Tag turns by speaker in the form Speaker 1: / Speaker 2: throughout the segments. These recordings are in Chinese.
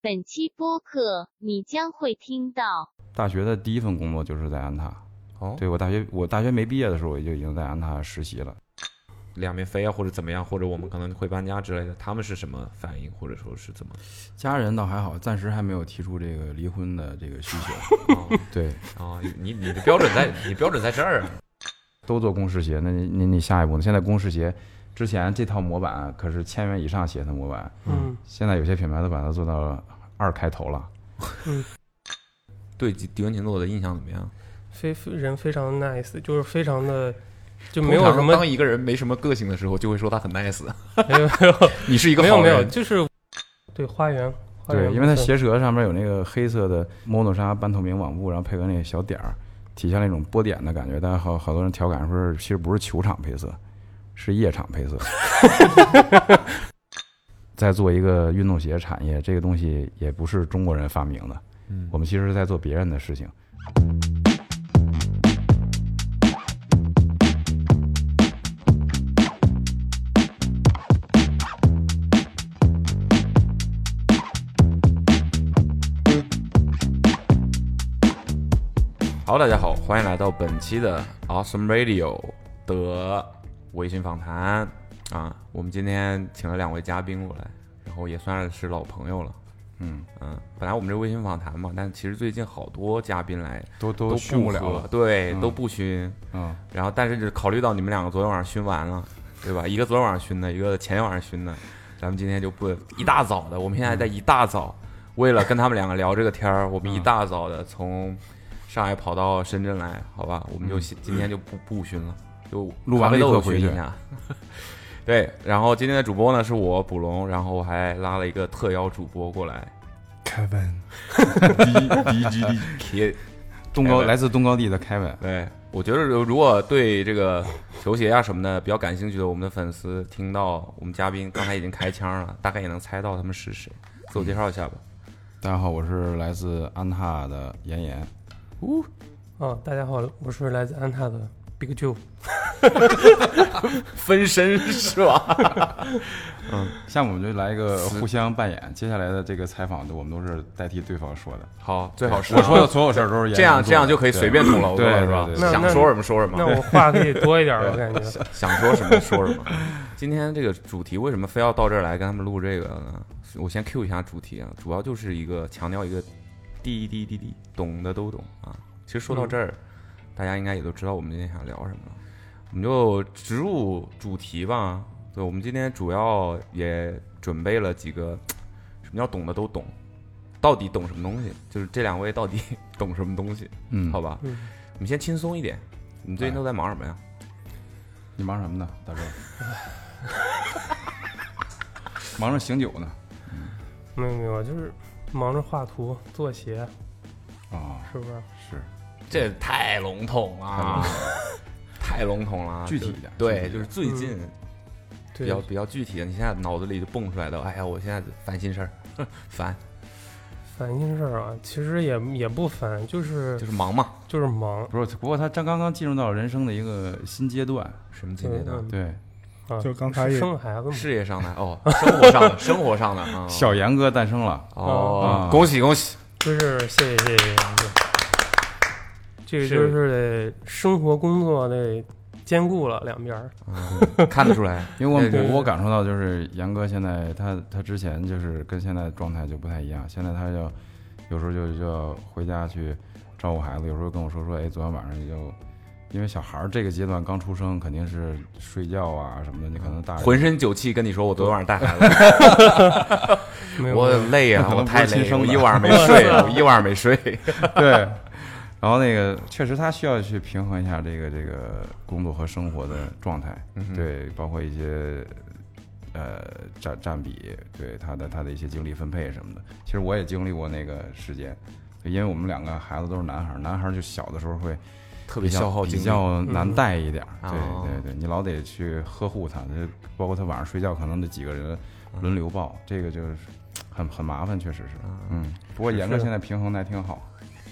Speaker 1: 本期播客你将会听到
Speaker 2: 大学的第一份工作就是在安踏。
Speaker 3: 哦，
Speaker 2: 对我大学我大学没毕业的时候，我就已经在安踏实习了。
Speaker 3: 两面飞啊，或者怎么样，或者我们可能会搬家之类的，他们是什么反应，或者说是怎么？
Speaker 2: 家人倒还好，暂时还没有提出这个离婚的这个需 求。
Speaker 3: 哦
Speaker 2: 对，
Speaker 3: 哦， 你你的标准在，你标准在这儿啊。
Speaker 2: 都做公式鞋，那你你你下一步呢？现在公式鞋之前这套模板可是千元以上鞋的模板，
Speaker 4: 嗯，
Speaker 2: 现在有些品牌都把它做到二开头了。
Speaker 3: 对迪文琴诺的印象怎么样？
Speaker 4: 非非人非常 nice，就是非常的，就
Speaker 3: 通
Speaker 4: 没有
Speaker 3: 常
Speaker 4: 什么
Speaker 3: 当一个人没什么个性的时候，就会说他很 nice。
Speaker 4: 没有没有
Speaker 3: 你是一个
Speaker 4: 没有
Speaker 3: 好
Speaker 4: 没有，
Speaker 3: 人。
Speaker 4: 就是对花园，花园
Speaker 2: 对，
Speaker 4: 不
Speaker 2: 因为它
Speaker 4: 错
Speaker 2: 鞋舌上面有那个黑色的摩诺纱半透明网布，然后配合那个小点儿，体现了一种波点的感觉。但是好好多人调侃说，其实不是球场配色，是夜场配色。 在做一个运动鞋产业，这个东西也不是中国人发明的，
Speaker 3: 嗯
Speaker 2: 我们其实是在做别人的事情。
Speaker 3: 好，大家好，欢迎来到本期的 Awesome Radio 的微信访谈啊。我们今天请了两位嘉宾过来，然后也算是老朋友了。
Speaker 2: 嗯
Speaker 3: 嗯，本来我们这微信访谈嘛，但其实最近好多嘉宾来
Speaker 2: 都
Speaker 3: 都
Speaker 2: 都
Speaker 3: 不
Speaker 2: 去不了
Speaker 3: 喝
Speaker 2: 了，
Speaker 3: 对，
Speaker 2: 嗯
Speaker 3: 都不熏。
Speaker 2: 嗯，
Speaker 3: 然后，但是就考虑到你们两个昨天晚上熏完了，对吧？一个昨天晚上熏的，一个前天晚上熏的，咱们今天就不一大早的，我们现在
Speaker 2: 嗯
Speaker 3: 在一大早，为了跟他们两个聊这个天儿，我们一大早的从上海跑到深圳来，好吧？我们就先今天就不不熏了，就
Speaker 2: 嗯录完了
Speaker 3: 咖啡豆
Speaker 2: 立刻回去
Speaker 3: 熏一下。 对，然后今天的主播呢是我捕龙，然后我还拉了一个特邀主播过来
Speaker 2: Kevin，第一第一 G D，
Speaker 3: ，Kid，
Speaker 2: 东高
Speaker 3: Kevin
Speaker 2: 来自东高地的 Kevin，
Speaker 3: 对，我觉得如如果对这个球鞋啊什么的比较感兴趣的，我们的粉丝听到我们嘉宾刚才已经开枪了，大概也能猜到他们是谁。自我介绍一下吧。
Speaker 2: 大家好，我是来自安踏的妍妍。
Speaker 4: 哦，大家好，我是来自安踏的 Big Joe，
Speaker 3: 分身是吧？
Speaker 2: 下面我们就来一个互相扮演，接下来的这个采访，我们都是代替对方说的。
Speaker 3: 好，最好是
Speaker 2: 我说的所有事儿都是
Speaker 3: 这样，这样就可以随便捅娄子
Speaker 2: 对
Speaker 3: 了，是
Speaker 2: 对
Speaker 3: 吧
Speaker 2: 对？
Speaker 4: 对
Speaker 3: 想说什么说什
Speaker 4: 那
Speaker 3: 么，
Speaker 4: 我话可以多一点儿，我 感觉。
Speaker 3: 想说什么说什么。今天这个主题为什么非要到这儿来跟他们录这个呢？我先 Q 一下主题啊，主要就是一个强调一个滴滴滴滴，懂的都懂啊。其实说到这儿，大家应该也都知道我们今天想聊什么了。我们就直入主题吧。对，我们今天主要也准备了几个，什么叫懂的都懂，到底懂什么东西？就是这两位到底 懂什么东西？
Speaker 2: 嗯，
Speaker 3: 好
Speaker 2: 好，
Speaker 3: 吧，
Speaker 4: 嗯
Speaker 3: 我们先轻松一点。你最近都在忙什么呀？
Speaker 2: 你忙什么呢， 大哥？忙着醒酒呢。
Speaker 4: 没有没有，就是忙着画图、做鞋，
Speaker 2: 啊，
Speaker 4: 是不是？
Speaker 2: 是
Speaker 3: 这太笼 统了，啊太笼统了，
Speaker 2: 具体
Speaker 3: 就
Speaker 2: 一点具体
Speaker 3: 对，
Speaker 2: 一点
Speaker 3: 就是最近比
Speaker 4: 对
Speaker 3: 较，比较具体的，你现在脑子里就蹦出来的，哎呀，我现在烦心事儿， 烦，
Speaker 4: 烦心事儿啊，其实也也不烦，就是
Speaker 3: 就是忙嘛，
Speaker 4: 就是忙，
Speaker 2: 不是？不过他刚刚刚进入到人生的一个新阶段，
Speaker 3: 什么境界的，
Speaker 4: 嗯
Speaker 2: 对，
Speaker 4: 啊，
Speaker 5: 就刚才也
Speaker 4: 生孩子嘛，
Speaker 3: 事业上的哦，生活上的，生活上的啊，
Speaker 2: 小严哥诞生了。
Speaker 3: 哦
Speaker 2: 啊，
Speaker 3: 恭喜恭喜，
Speaker 4: 就是谢谢谢谢谢谢，这个
Speaker 3: 是
Speaker 4: 就是得生活工作得兼顾了两边儿，
Speaker 3: 看得出来，
Speaker 2: 因为
Speaker 3: 对
Speaker 2: 我我感受到就是严哥现在他他之前就是跟现在状态就不太一样，现在他要有时候就就要回家去照顾孩子，有时候跟我说说，哎，昨天哎晚上就因为小孩儿这个阶段刚出生，肯定是睡觉啊什么的，你可能大人
Speaker 3: 浑身酒气跟你说，我昨天晚上带孩子，
Speaker 4: 没有
Speaker 3: 我
Speaker 4: 没有
Speaker 3: 累啊，
Speaker 2: 可
Speaker 3: 我
Speaker 2: 能不是
Speaker 3: 太
Speaker 2: 亲
Speaker 3: 累，
Speaker 2: 生
Speaker 3: 我
Speaker 2: 的
Speaker 3: 一晚上没睡，我一晚上没睡，
Speaker 2: 对，然后那个确实他需要去平衡一下这个这个工作和生活的状态，
Speaker 3: 嗯哼
Speaker 2: 对，包括一些呃占占比，对他的他的一些精力分配什么的。其实我也经历过那个时间，因为我们两个孩子都是男孩儿，男孩儿就小的时候会
Speaker 3: 特别
Speaker 2: 比较
Speaker 3: 消耗精
Speaker 2: 比
Speaker 3: 力，
Speaker 2: 较难带一点儿，
Speaker 3: 嗯哦
Speaker 2: 对对对，你老得去呵护他，就包括他晚上睡觉可能得几个人轮流抱，这个就是很很麻烦，确实是，嗯。不过严哥
Speaker 4: 是
Speaker 2: 现在平衡的还挺好。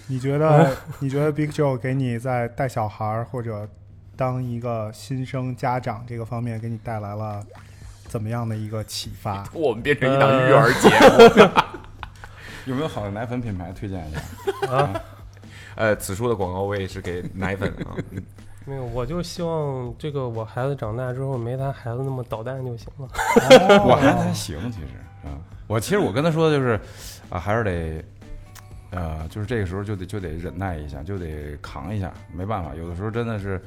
Speaker 5: 你觉得
Speaker 2: 嗯
Speaker 5: 你觉得 Big Joe 给你在带小孩儿或者当一个新生家长这个方面给你带来
Speaker 2: 哎
Speaker 5: 了怎么样的一个启发？
Speaker 3: 我们变成一档育儿节目。
Speaker 2: 有没有好的奶粉品牌推荐一下？
Speaker 3: 呃，此处的广告位是给奶粉啊，嗯
Speaker 4: 没有，我就希望这个我孩子长大之后没他孩子那么捣蛋就行了。
Speaker 2: 我孩子还行，其实啊，我其实我跟他说的就是，啊，还是得，呃，就是这个时候就得就得忍耐一下，就得扛一下，没办法，有的时候真的是，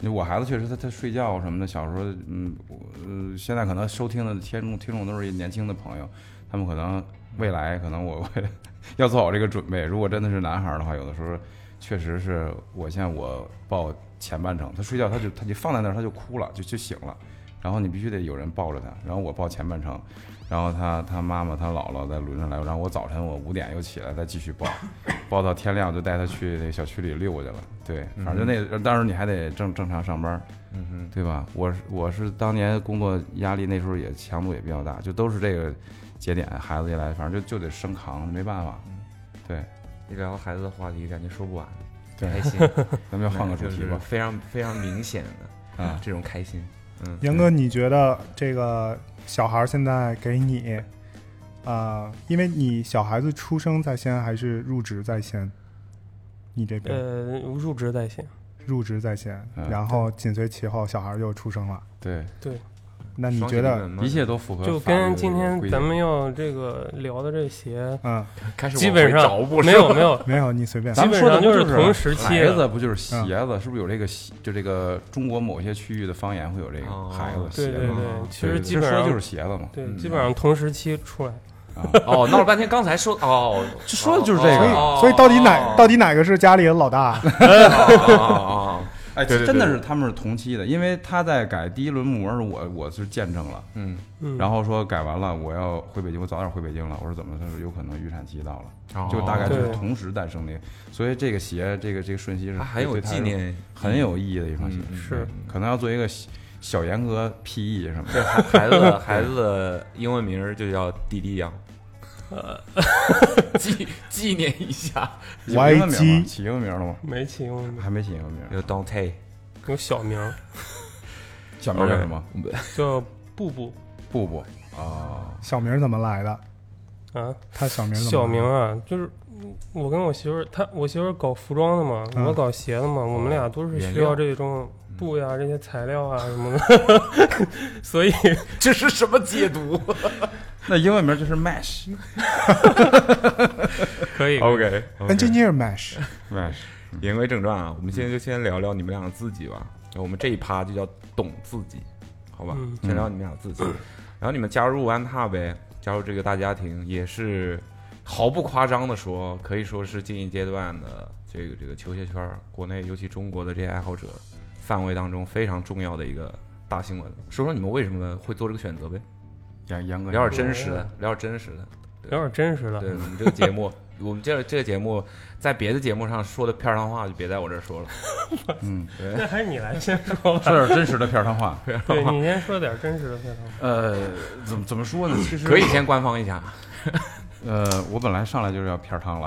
Speaker 2: 你我孩子确实他他睡觉什么的，小时候，嗯，我呃，现在可能收听的听众听众都是年轻的朋友，他们可能未来可能我会 要做好这个准备，如果真的是男孩儿的话，有的时候确实是我现在我抱前半程，他睡觉他就他就放在那儿他就哭了，就就醒了。然后你必须得有人抱着他，然后我抱前半程，然后他他妈妈他姥姥再轮上来，然后我早晨我五点又起来再继续 抱，抱到天亮就带他去那小区里溜去了。对，
Speaker 4: 嗯
Speaker 2: 反正那当时你还得正正常上班，
Speaker 3: 嗯哼，
Speaker 2: 对吧？我是我是当年工作压力那时候也强度也比较大，就都是这个节点孩子一来，反正就就得生扛，没办法。
Speaker 4: 嗯
Speaker 2: 对，
Speaker 3: 一聊孩子的话题，感觉说不完，
Speaker 2: 对
Speaker 3: 开心，
Speaker 2: 咱们 要换个主题
Speaker 3: 就是
Speaker 2: 吧。
Speaker 3: 非常非常明显的
Speaker 2: 啊，
Speaker 3: 这种开心，嗯，
Speaker 5: 杨哥，你觉得这个小孩儿现在给你，啊、因为你小孩子出生在先还是入职在先？你这边
Speaker 4: 呃，入职在先，
Speaker 5: 入职在先，
Speaker 2: 嗯
Speaker 5: 然后紧随其后小孩儿又出生了。
Speaker 2: 对，
Speaker 5: 那你
Speaker 3: 双喜
Speaker 5: 觉
Speaker 3: 临
Speaker 5: 得，
Speaker 3: 门嘛
Speaker 2: 一切都符合法律
Speaker 4: 就
Speaker 2: 的规定。
Speaker 4: 跟今天咱们要这个聊的这些，
Speaker 5: 嗯，
Speaker 3: 开始
Speaker 4: 基本
Speaker 3: 往回
Speaker 4: 上
Speaker 3: 着步
Speaker 4: 没
Speaker 3: 是吧
Speaker 4: 有没有，
Speaker 5: 没有，你随便。
Speaker 2: 咱们
Speaker 4: 基
Speaker 2: 说
Speaker 4: 本
Speaker 2: 的
Speaker 4: 上
Speaker 2: 不
Speaker 4: 就是
Speaker 2: 是
Speaker 4: 同时期
Speaker 2: 孩
Speaker 4: 的。
Speaker 2: 子不就是鞋子？是不是有这个鞋？就这个中国某些区域的方言会有这个
Speaker 3: 哦
Speaker 2: 孩子
Speaker 4: 对
Speaker 2: 鞋
Speaker 4: 对
Speaker 2: 子嘛？
Speaker 4: 对，其
Speaker 2: 对
Speaker 4: 实
Speaker 2: 对
Speaker 4: 基本
Speaker 2: 嗯说
Speaker 4: 上
Speaker 2: 就是鞋子嘛。
Speaker 4: 对
Speaker 3: 嗯，
Speaker 4: 基本上同时期出来。
Speaker 3: 哦，闹了半天，刚才说哦，
Speaker 2: 这说的就是这
Speaker 5: 所
Speaker 2: 个
Speaker 5: 以
Speaker 3: 哦，
Speaker 5: 所以到底哪
Speaker 3: 哦
Speaker 5: 到底哪个是家里的老大？
Speaker 3: 哦 哦，
Speaker 2: 哎，
Speaker 3: 对对对
Speaker 2: 真的是他们是同期的，因为他在改第一轮母模，我我是见证了。
Speaker 3: 嗯，
Speaker 4: 嗯，
Speaker 2: 然后说改完了，我要回北京，我早点回北京了。我说怎么？他说有可能预产期到了，
Speaker 3: 哦
Speaker 4: 哦
Speaker 2: 就大概就是
Speaker 4: 对
Speaker 2: 同时诞生的。所以这个鞋，这个这个瞬息是
Speaker 3: 它很有
Speaker 2: 对他
Speaker 3: 纪
Speaker 2: 是
Speaker 4: 嗯
Speaker 3: 念，
Speaker 2: 很有意义的一双鞋
Speaker 3: 嗯，嗯
Speaker 4: 是
Speaker 2: 可能要做一个小小严格 PE 什么
Speaker 3: 这
Speaker 2: 的。
Speaker 3: 孩孩子的 孩子的英文名儿就叫迪迪羊，呃， 纪纪念一下，
Speaker 2: 有英文名吗
Speaker 5: YG
Speaker 2: 起英文名了吗？
Speaker 4: 没起英文名，
Speaker 2: 还没起英文名。
Speaker 3: 有 Dante，
Speaker 4: 有小名儿
Speaker 2: 小名叫什么？
Speaker 4: 叫布布
Speaker 2: 布布啊，
Speaker 5: 小名儿怎么来的？
Speaker 4: 啊，
Speaker 5: 他小名儿怎么来的？
Speaker 4: 小名啊，就是我跟我媳妇儿，她我媳妇儿搞服装的嘛，
Speaker 5: 嗯
Speaker 4: 我搞鞋的嘛，我们俩都是
Speaker 3: 原
Speaker 4: 需
Speaker 3: 料嗯
Speaker 4: 要这种布呀、这些材料啊 什么的，所以
Speaker 3: 这是什么解读
Speaker 2: 那英文名就是 Mesh。
Speaker 4: 可以
Speaker 3: ？OK，
Speaker 5: Engineer Mesh，
Speaker 2: Mesh，
Speaker 3: 言归正传啊，我们
Speaker 4: 嗯
Speaker 3: 现在就先聊聊你们俩自己吧。我们这一趴就叫懂自己，好吧？
Speaker 4: 嗯
Speaker 3: 先聊你们俩自己，然后你们加入 One Hub 呗，加入这个大家庭也是毫不夸张的说，可以说是近一阶段的这个这个球鞋圈儿，国内尤其中国的这些爱好者范围当中非常重要的一个大新闻。说说你们为什么会做这个选择呗？
Speaker 2: 杨杨哥，
Speaker 3: 聊点真实
Speaker 4: 嗯
Speaker 3: 的，聊点真实的。
Speaker 4: 有点真实的。
Speaker 3: 对我们这个节目，我们这这个节目在别的节目上说的片儿上话，就别在我这儿说了。
Speaker 2: 嗯，
Speaker 4: 那还是你来先 说吧，
Speaker 2: 说点真实的片儿汤话。
Speaker 4: 对你先说点真实的非常好。
Speaker 2: 呃，怎么怎么说呢？其实
Speaker 3: 可以先官方一 下，
Speaker 2: 呃，我本来上来就是要片儿汤了。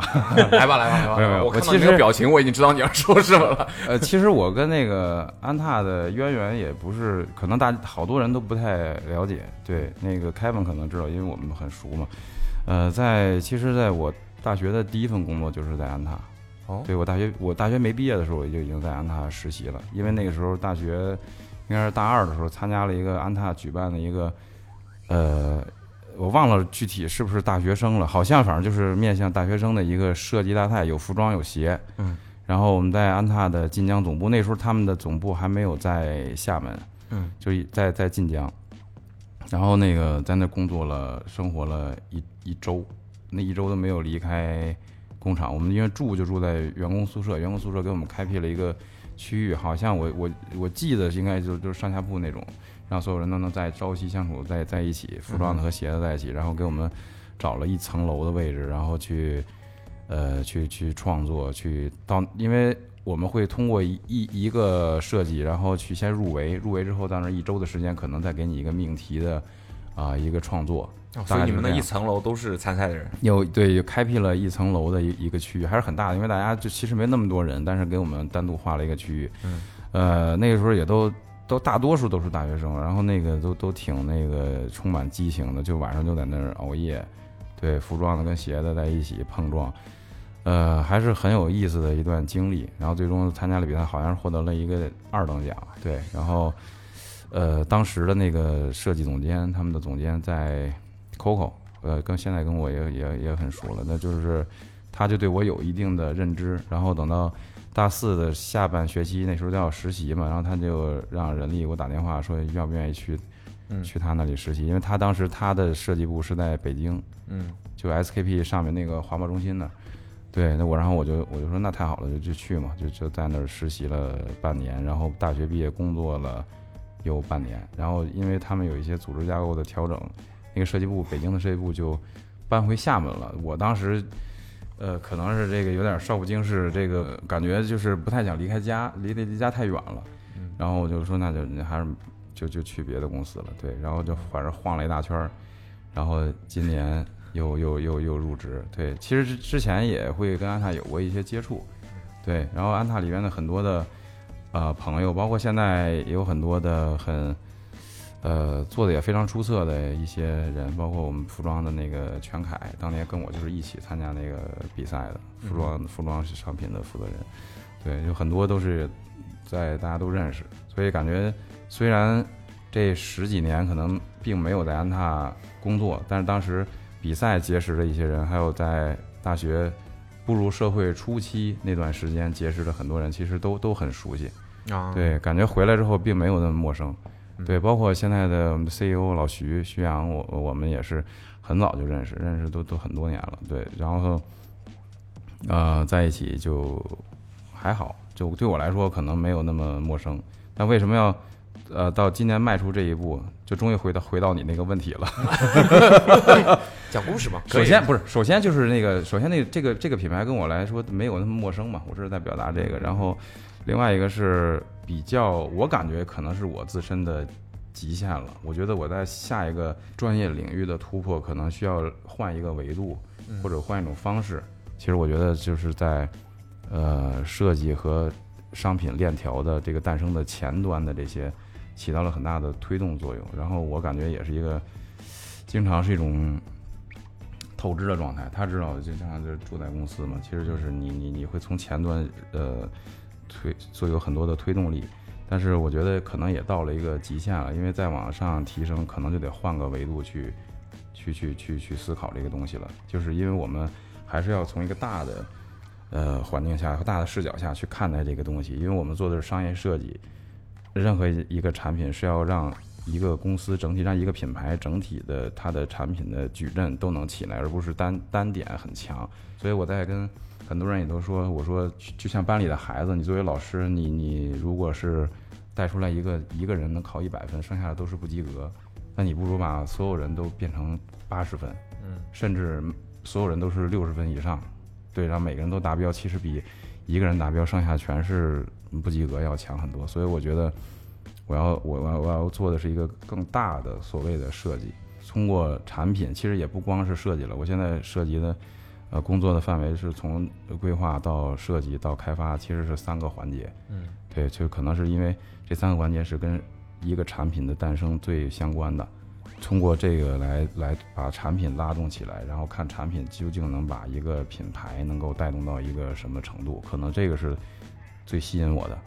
Speaker 3: 来吧来吧来吧。
Speaker 2: 没有没有
Speaker 3: 我看到
Speaker 2: 我其
Speaker 3: 你
Speaker 2: 实
Speaker 3: 那个表情，我已经知道你要说什么 了。
Speaker 2: 呃，其实我跟那个安踏的渊源也不是，可能大好多人都不太了解。对，那个 Kevin 可能知道，因为我们很熟嘛。呃，在其实，在我大学的第一份工作就是在安踏。
Speaker 3: 哦
Speaker 2: 对我大学我大学没毕业的时候，我就已经在安踏实习了，因为那个时候大学应该是大二的时候，参加了一个安踏举办的一个，呃，我忘了具体是不是大学生了，好像反正就是面向大学生的一个设计大赛，有服装有鞋，
Speaker 3: 嗯，
Speaker 2: 然后我们在安踏的晋江总部，那时候他们的总部还没有在厦门，
Speaker 3: 嗯，
Speaker 2: 就一在在晋江，然后那个在那工作了生活了一一周，那一周都没有离开工厂，我们因为住就住在员工宿舍，员工宿舍给我们开辟了一个区域，好像我我我记得应该就就是上下铺那种，让所有人都能在朝夕相处在在一起，服装的和鞋的在一起，然后给我们找了一层楼的位置，然后去呃去去创作，去到因为。我们会通过一一一个设计，然后去先入围，入围之后在那一周的时间，可能再给你一个命题的啊、一个创作，
Speaker 3: 所以你们
Speaker 2: 哦大概就是这
Speaker 3: 那
Speaker 2: 样
Speaker 3: 一层楼都是参赛的人。
Speaker 2: 有对有开辟了一层楼的一一个区域，还是很大的，因为大家就其实没那么多人，但是给我们单独划了一个区域。
Speaker 3: 嗯，
Speaker 2: 呃，那个时候也都都大多数都是大学生，然后那个都都挺那个充满激情的，就晚上就在那儿熬夜，对服装的跟鞋的在一起碰撞，呃，还是很有意思的一段经历。然后最终参加了比赛，好像是获得了一个二等奖，对。然后，呃，当时的那个设计总监，他们的总监在 Coco，呃，跟现在跟我也也也很熟了，那就是他就对我有一定的认知。然后等到大四的下半学期，那时候都要实习嘛，然后他就让人力给我打电话说愿不愿意去。
Speaker 3: 嗯
Speaker 2: 去他那里实习，因为他当时他的设计部是在北京，
Speaker 3: 嗯，
Speaker 2: 就 SKP 上面那个华贸中心那儿。对，那我然后我就我就说那太好了，就就去嘛，就就在那儿实习了半年，然后大学毕业工作了有半年，然后因为他们有一些组织架构的调整，那个设计部北京的设计部就搬回厦门了。我当时呃可能是这个有点少不经事，这个感觉就是不太想离开家，离得离家太远了，然后我就说那就那还是就就去别的公司了，对，然后就反正晃了一大圈儿，然后今年又又又又入职，对，其实之之前也会跟安踏有过一些接触，对，然后安踏里边的很多的呃朋友，包括现在也有很多的很呃做的也非常出色的一些人，包括我们服装的那个全凯，当年跟我就是一起参加那个比赛的
Speaker 3: 嗯
Speaker 2: 服装服装商品的负责人，对，有很多都是在大家都认识，所以感觉虽然这十几年可能并没有在安踏工作，但是当时比赛结识的一些人，还有在大学步入社会初期那段时间结识的很多人，其实都都很熟悉。
Speaker 3: 啊，，
Speaker 2: 对，感觉回来之后并没有那么陌生。
Speaker 3: 嗯
Speaker 2: 对，包括现在的我们的 CEO 老徐徐阳，我我们也是很早就认识，认识都都很多年了。对，然后呃在一起就还好，就对我来说可能没有那么陌生。但为什么要呃到今年迈出这一步，就终于回到回到你那个问题了。
Speaker 3: 讲故事嘛，
Speaker 2: 首先不是，首先就是那个，首先那个这个这个品牌跟我来说没有那么陌生嘛，我这是在表达这个。然后，另外一个是比较，我感觉可能是我自身的极限了。我觉得我在下一个专业领域的突破，可能需要换一个维度，
Speaker 3: 嗯
Speaker 2: 或者换一种方式。其实我觉得就是在呃设计和商品链条的这个诞生的前端的这些，起到了很大的推动作用。然后我感觉也是一个经常是一种透支的状态。他知道，就像就是住在公司嘛，其实就是你你你会从前端呃推做有很多的推动力，但是我觉得可能也到了一个极限了，因为再往上提升，可能就得换个维度去去去去去思考这个东西了。就是因为我们还是要从一个大的呃环境下和大的视角下去看待这个东西，因为我们做的是商业设计，任何一个产品是要让一个公司整体让一个品牌整体的它的产品的矩阵都能起来，而不是单单点很强。所以我在跟很多人也都说，我说就就像班里的孩子，你作为老师，你你如果是带出来一个一个人能考一百分，剩下的都是不及格，那你不如把所有人都变成八十分，
Speaker 3: 嗯，
Speaker 2: 甚至所有人都是六十分以上，对，让每个人都达标，其实比一个人达标，剩下全是不及格要强很多。所以我觉得我要我我要我要做的是一个更大的所谓的设计，通过产品，其实也不光是设计了，我现在涉及的。呃，工作的范围是从规划到设计到开发，其实是三个环节。
Speaker 3: 嗯，
Speaker 2: 对，就可能是因为这三个环节是跟一个产品的诞生最相关的，通过这个来来把产品拉动起来，然后看产品究竟能把一个品牌能够带动到一个什么程度，可能这个是最吸引我的。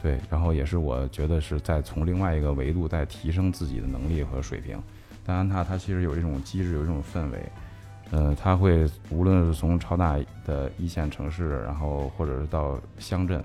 Speaker 2: 对，然后也是我觉得是在从另外一个维度在提升自己的能力和水平。但安踏它其实有一种机制，有一种氛围，呃，它会无论是从超大的一线城市，然后或者是到乡镇，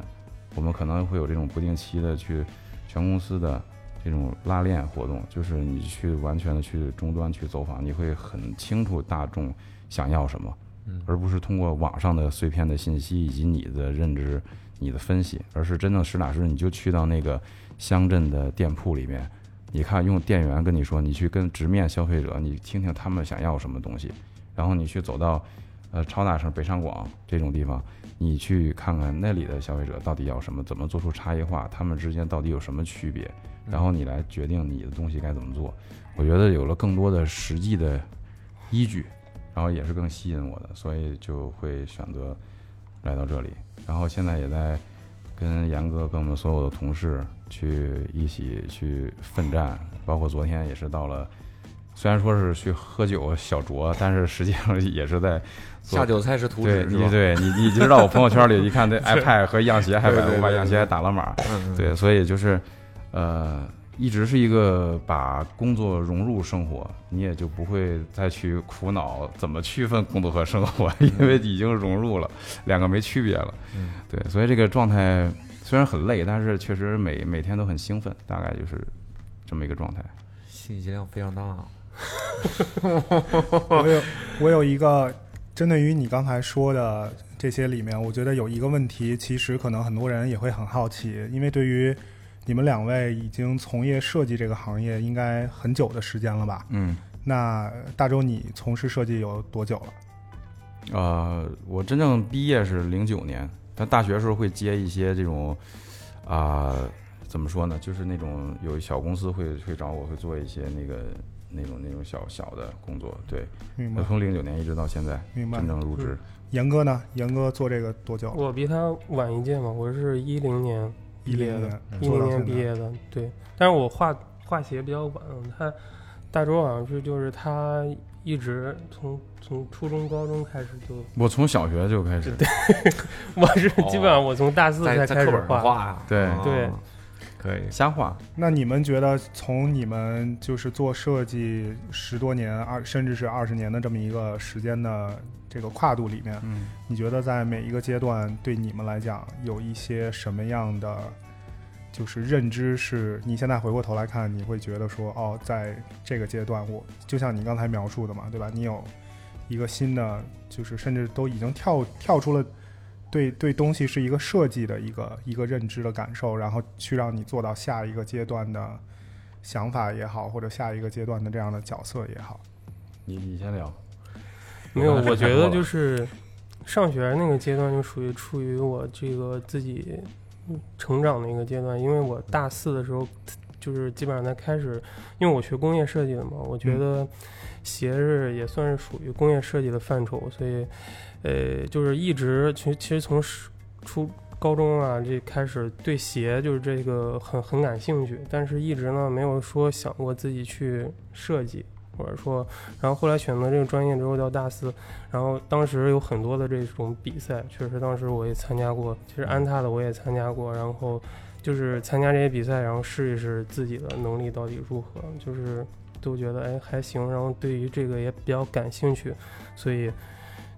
Speaker 2: 我们可能会有这种不定期的去全公司的这种拉练活动，就是你去完全的去终端去走访，你会很清楚大众想要什么，
Speaker 3: 嗯
Speaker 2: 而不是通过网上的碎片的信息以及你的认知、你的分析，而是真正实打实你就去到那个乡镇的店铺里面。你看，用店员跟你说，你去跟直面消费者，你听听他们想要什么东西，然后你去走到，呃，超大城北上广这种地方，你去看看那里的消费者到底要什么，怎么做出差异化，他们之间到底有什么区别，
Speaker 3: 嗯
Speaker 2: 然后你来决定你的东西该怎么做。我觉得有了更多的实际的依据，然后也是更吸引我的，所以就会选择来到这里。然后现在也在跟杨哥、跟我们所有的同事去一起去奋战，包括昨天也是到了虽然说是去喝酒小酌，但是实际上也是在 做
Speaker 3: 下酒菜是图
Speaker 2: 对
Speaker 3: 纸是
Speaker 2: 你
Speaker 3: 吧？
Speaker 2: 对你你知道我朋友圈里一 看这 iPad 和样鞋还
Speaker 3: 对
Speaker 2: 买
Speaker 3: 对
Speaker 2: 了，
Speaker 3: 对
Speaker 2: 我把
Speaker 3: 对
Speaker 2: 样鞋还打了码，
Speaker 3: 嗯，嗯
Speaker 2: 对，所以就是呃，一直是一个把工作融入生活，你也就不会再去苦恼怎么区分工作和生活， 因为已经融入了，两个没区别了。
Speaker 3: 嗯
Speaker 2: 对，所以这个状态虽然很累，但是确实每每天都很兴奋，大概就是这么一个状态。
Speaker 3: 信息量非常大。啊
Speaker 5: 我有我有一个针对于你刚才说的这些里面，我觉得有一个问题，其实可能很多人也会很好奇，因为对于你们两位已经从业设计这个行业应该很久的时间了吧？
Speaker 2: 嗯，
Speaker 5: 那大周你从事设计有多久了？
Speaker 2: 呃，我真正毕业是零九年，但大学时候会接一些这种，啊、怎么说呢，就是那种有小公司会会找我，会做一些那个那种那种小小的工作。对，
Speaker 5: 明
Speaker 2: 我
Speaker 5: 白
Speaker 2: 从零九年一直到现在，
Speaker 5: 明白
Speaker 2: 真。正入职。
Speaker 5: 严哥呢？严哥做这个多久了？
Speaker 4: 我比他晚一届嘛，我是一零年
Speaker 5: 一零
Speaker 4: 毕业
Speaker 5: 年，
Speaker 4: 一
Speaker 5: 做
Speaker 4: 零
Speaker 5: 到
Speaker 4: 年
Speaker 5: 现
Speaker 4: 毕
Speaker 5: 在。
Speaker 4: 业的，对。但是我画画鞋比较晚，他大周好像是就是他一直从从初中、高中开始就，
Speaker 2: 我从小学就开始，
Speaker 4: 我是基本上我从大四
Speaker 3: 在
Speaker 4: 才
Speaker 3: 在
Speaker 4: 开
Speaker 3: 课
Speaker 4: 始
Speaker 3: 本上
Speaker 4: 画，
Speaker 3: 画呀，
Speaker 2: 对
Speaker 3: 哦
Speaker 4: 对，
Speaker 3: 可以。
Speaker 2: 瞎画。
Speaker 5: 那你们觉得从你们就是做设计十多年、二甚至是二十年的这么一个时间的这个跨度里面，
Speaker 2: 嗯，
Speaker 5: 你觉得在每一个阶段对你们来讲有一些什么样的就是认知？是你现在回过头来看，你会觉得说，哦，在这个阶段我，就像你刚才描述的嘛，对吧？你有一个新的，就是甚至都已经跳跳出了对对东西是一个设计的一个一个认知的感受，然后去让你做到下一个阶段的想法也好，或者下一个阶段的这样的角色也好。
Speaker 2: 你你先聊。
Speaker 4: 没
Speaker 2: 我
Speaker 4: 有，
Speaker 2: 刚才
Speaker 4: 我
Speaker 2: 看
Speaker 4: 觉
Speaker 2: 过
Speaker 4: 得
Speaker 2: 了
Speaker 4: 就是上学那个阶段就属于处于我这个自己嗯成长的一个阶段，因为我大四的时候就是基本上才开始，因为我学工业设计的嘛，我
Speaker 2: 嗯
Speaker 4: 觉得鞋是也算是属于工业设计的范畴，所以呃，就是一直其实其实从是初。高中啊，这开始对鞋就是这个很很感兴趣，但是一直呢没有说想过自己去设计，或者说，然后后来选择这个专业之后到大四，然后当时有很多的这种比赛，确实当时我也参加过，其实安踏的我也参加过，然后就是参加这些比赛，然后试一试自己的能力到底如何，就是都觉得哎还行，然后对于这个也比较感兴趣，所以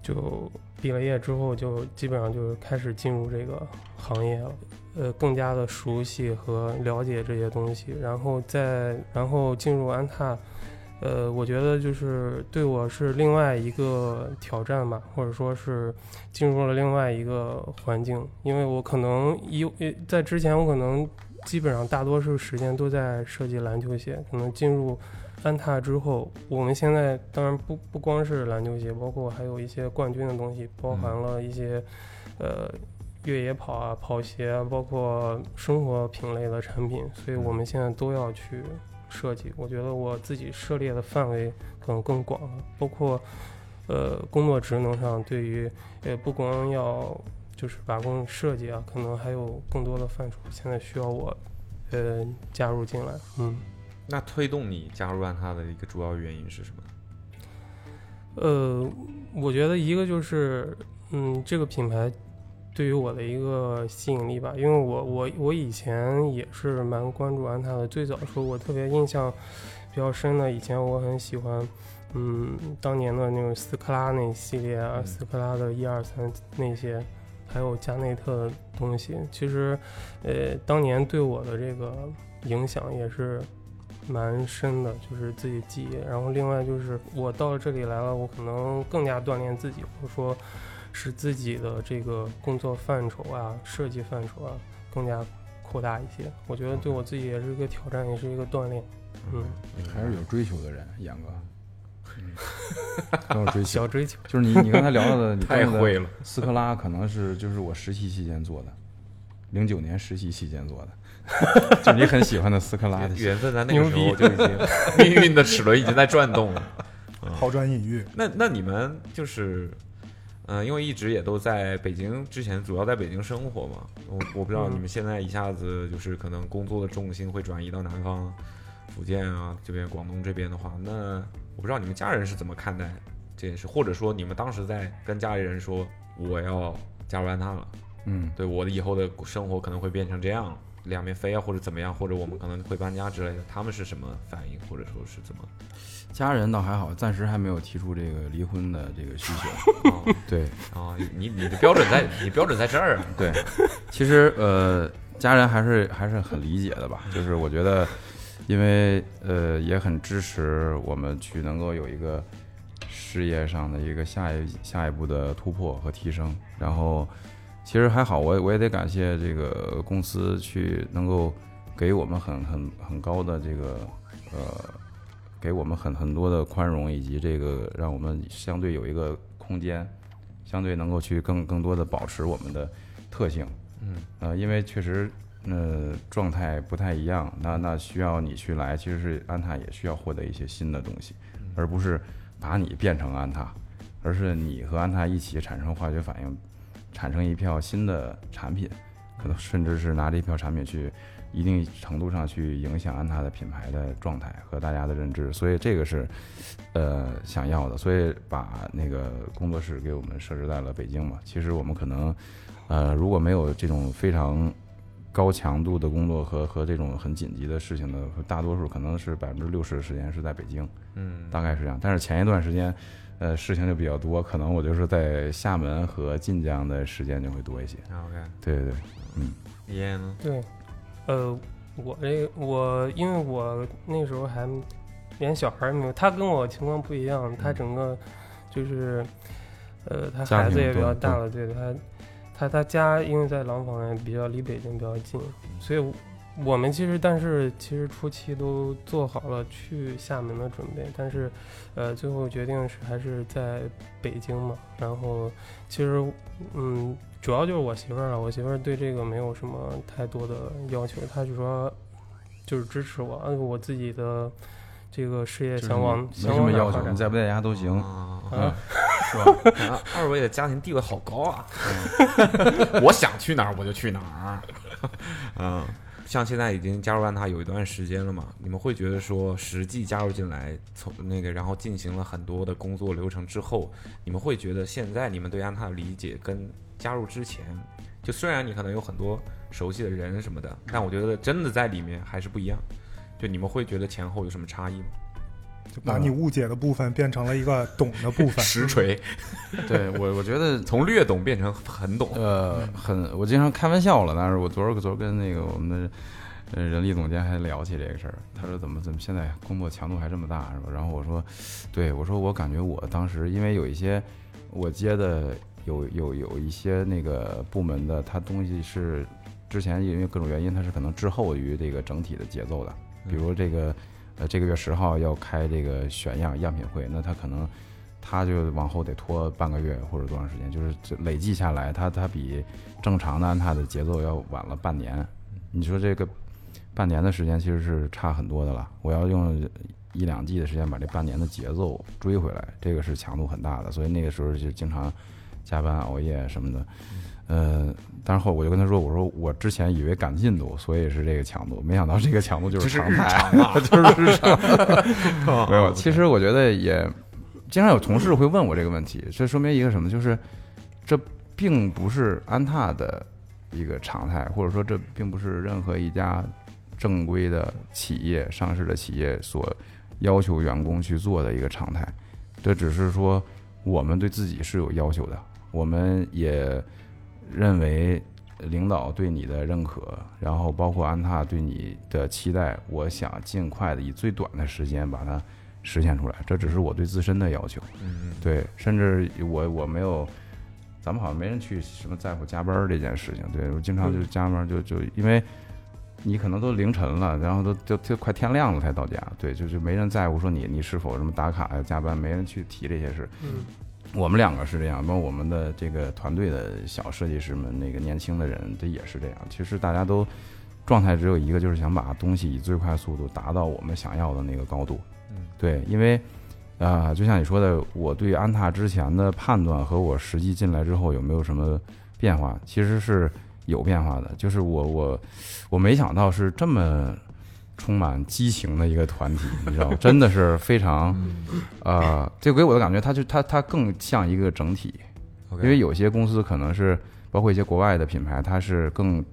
Speaker 4: 就毕了业之后就基本上就是开始进入这个行业了。呃，更加的熟悉和了解这些东西，然后再然后进入安踏，呃，我觉得就是对我是另外一个挑战吧，或者说是进入了另外一个环境，因为我可能有呃在之前我可能基本上大多数时间都在设计篮球鞋，可能进入安踏之后，我们现在当然不不光是篮球鞋，包括还有一些冠军的东西，包含了一些、呃越野跑啊、跑鞋啊，包括生活品类的产品，所以我们现在都要去设计。我觉得我自己涉猎的范围可能更广了，包括呃工作职能上，对于呃不光要就是把控设计啊，可能还有更多的范畴，现在需要我呃加入进来。嗯，
Speaker 3: 那推动你加入安踏的一个主要原因是什么？
Speaker 4: 呃，我觉得一个就是嗯这个品牌。对于我的一个吸引力吧，因为我我我以前也是蛮关注安踏的。最早的时候，我特别印象比较深的，以前我很喜欢，嗯，当年的那种斯柯拉那系列啊，
Speaker 3: 嗯
Speaker 4: 斯柯拉的一二三那些，还有加内特的东西。其实，呃，当年对我的这个影响也是蛮深的，就是自己记忆。然后另外就是我到了这里来了，我可能更加锻炼自己，或者说使自己的这个工作范畴啊、设计范畴啊更加扩大一些。我觉得对我自己也是一个挑战，也是一个锻炼。嗯，
Speaker 2: 还是有追求的人，杨哥。 很有追
Speaker 4: 小
Speaker 2: 求，
Speaker 4: 追求。
Speaker 2: 嗯就是你，你刚才聊到的，你
Speaker 3: 太
Speaker 2: 刚才的
Speaker 3: 会了，
Speaker 2: 斯科拉可能是就是我实习期间做的，零九年实习期间做的， 就你很喜欢的斯科拉的鞋。
Speaker 3: 缘分在那个时候就已经命运的齿轮已经在转动了。
Speaker 5: 抛砖引玉，
Speaker 3: 那那你们就是，嗯、因为一直也都在北京，之前主要在北京生活嘛，我我不知道
Speaker 4: 嗯
Speaker 3: 你们现在一下子就是可能工作的重心会转移到南方，福建啊这边、广东这边的话，那我不知道你们家人是怎么看待这件事，或者说你们当时在跟家里人说我要加入安踏了，
Speaker 2: 嗯，
Speaker 3: 对我的以后的生活可能会变成这样，两边飞啊，或者怎么样，或者我们可能会搬家之类的，他们是什么反应，或者说是怎么？
Speaker 2: 家人倒还好，暂时还没有提出这个离婚的这个需求。
Speaker 3: 哦
Speaker 2: 对
Speaker 3: 哦，你你的标准在，你标准在这儿啊。
Speaker 2: 对，其实呃，家人还是还是很理解的吧，就是我觉得，因为呃也很支持我们去能够有一个事业上的一个下一下一步的突破和提升，然后。其实还好，我也我也得感谢这个公司去能够给我们很很很高的这个呃，给我们很很多的宽容，以及这个让我们相对有一个空间，相对能够去更更多的保持我们的特性。
Speaker 3: 嗯，
Speaker 2: 呃，因为确实呃状态不太一样，那那需要你去来，其实是安踏也需要获得一些新的东西，而不是把你变成安踏，而是你和安踏一起产生化学反应，产生一票新的产品，可能甚至是拿这一票产品去一定程度上去影响安踏的品牌的状态和大家的认知，所以这个是呃想要的，所以把那个工作室给我们设置在了北京嘛。其实我们可能呃如果没有这种非常高强度的工作和和这种很紧急的事情的，大多数可能是百分之六十的时间是在北京，
Speaker 3: 嗯，
Speaker 2: 大概是这样。但是前一段时间。呃，事情就比较多，可能我就是在厦门和晋江的时间就会多一些。
Speaker 3: 啊 OK，
Speaker 2: 对对对，
Speaker 3: 爷爷呢？
Speaker 4: 对，呃，我这我因为我那时候还连小孩儿没有，他跟我情况不一样，他整个就是呃，他
Speaker 2: 家
Speaker 4: 孩子
Speaker 2: 庭
Speaker 4: 也比
Speaker 2: 多
Speaker 4: 较大了，对他他他家因为在廊坊也比较离北京比较近，所以我们其实但是其实初期都做好了去厦门的准备，但是呃，最后决定是还是在北京嘛，然后其实嗯，主要就是我媳妇儿了。我媳妇儿对这个没有什么太多的要求，她就说就是支持我，按我自己的这个事业
Speaker 2: 就是
Speaker 4: 想往
Speaker 2: 没
Speaker 4: 想
Speaker 2: 什
Speaker 4: 往
Speaker 2: 么
Speaker 4: 哪
Speaker 2: 要
Speaker 4: 儿发
Speaker 2: 求，你
Speaker 4: 展。哦
Speaker 2: 在不在家都行，
Speaker 3: 啊
Speaker 2: 嗯，
Speaker 3: 是吧？感觉二位的家庭地位好高啊！ 我想去哪儿我就去哪儿。 嗯，像现在已经加入安踏有一段时间了嘛，你们会觉得说实际加入进来，从那个然后进行了很多的工作流程之后，你们会觉得现在你们对安踏的理解跟加入之前，就虽然你可能有很多熟悉的人什么的，但我觉得真的在里面还是不一样。就你们会觉得前后有什么差异吗？
Speaker 5: 就把你误解的部分变成了一个懂的部分。
Speaker 3: 实锤，
Speaker 2: 对我我觉得
Speaker 3: 从略懂变成很懂。
Speaker 2: 呃很，我经常开玩笑了，但是我昨儿昨儿跟那个我们的呃人力总监还聊起这个事儿，他说怎么怎么现在工作强度还这么大是吧？然后我说，对我说我感觉我当时因为有一些我接的有有有一些那个部门的，他东西是之前因为各种原因，它是可能滞后于这个整体的节奏的，比如这个呃这个月十号要开这个选样样品会，那他可能。他就往后得拖半个月或者多长时间，就是这累计下来，他他比正常的安踏的节奏要晚了半年。你说这个半年的时间其实是差很多的了，我要用一两季的时间把这半年的节奏追回来，这个是强度很大的，所以那个时候就经常加班熬夜什么的。呃，但是后来我就跟他说，我说我之前以为赶进度，所以是这个强度，没想到这个强度就是常态， 就是日 常。
Speaker 3: 哦
Speaker 2: 没有，其实我觉得也经常有同事会问我这个问题，这说明一个什么？就是这并不是安踏的一个常态，或者说这并不是任何一家正规的企业、上市的企业所要求员工去做的一个常态。这只是说我们对自己是有要求的，我们也认为领导对你的认可，然后包括安踏对你的期待，我想尽快的以最短的时间把它实现出来。这只是我对自身的要求。
Speaker 3: 嗯，
Speaker 2: 对，甚至我我没有，咱们好像没人去什么在乎加班儿这件事情。对我经常就加班儿就就因为。你可能都凌晨了，然后都都都快天亮了才到家，对，就就没人在乎说你你是否什么打卡呀、加班，没人去提这些事。
Speaker 4: 嗯
Speaker 2: 我们两个是这样，包括我们的这个团队的小设计师们，那个年轻的人，这也是这样。其实大家都状态只有一个，就是想把东西以最快速度达到我们想要的那个高度。
Speaker 3: 嗯，
Speaker 2: 对，因为啊、就像你说的，我对安踏之前的判断和我实际进来之后有没有什么变化，其实是有变化的。就是我我我没想到是这么充满激情的一个团体，你知道吗？真的是非常，呃，这给我的感觉，它就它它更像一个整体，
Speaker 3: OK
Speaker 2: 因为有些公司可能是包括一些国外的品牌，它是更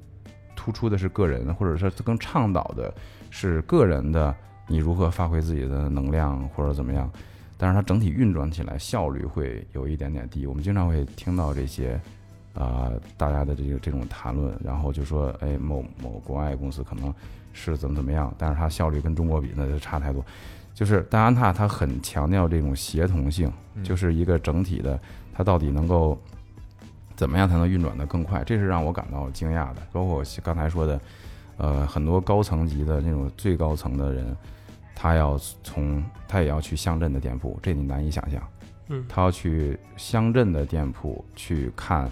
Speaker 2: 突出的是个人，或者说更倡导的是个人的你如何发挥自己的能量或者怎么样，但是它整体运转起来效率会有一点点低。我们经常会听到这些。啊、大家的这个这种谈论，然后就说，哎，某某国外公司可能是怎么怎么样，但是它效率跟中国比那就差太多。就是戴安娜，她很强调这种协同性，
Speaker 3: 嗯
Speaker 2: 就是一个整体的，它到底能够怎么样才能运转得更快，这是让我感到惊讶的。包括我刚才说的，呃，很多高层级的那种最高层的人，他要从他也要去乡镇的店铺，这你难以想象。
Speaker 4: 嗯，
Speaker 2: 他要去乡镇的店铺去看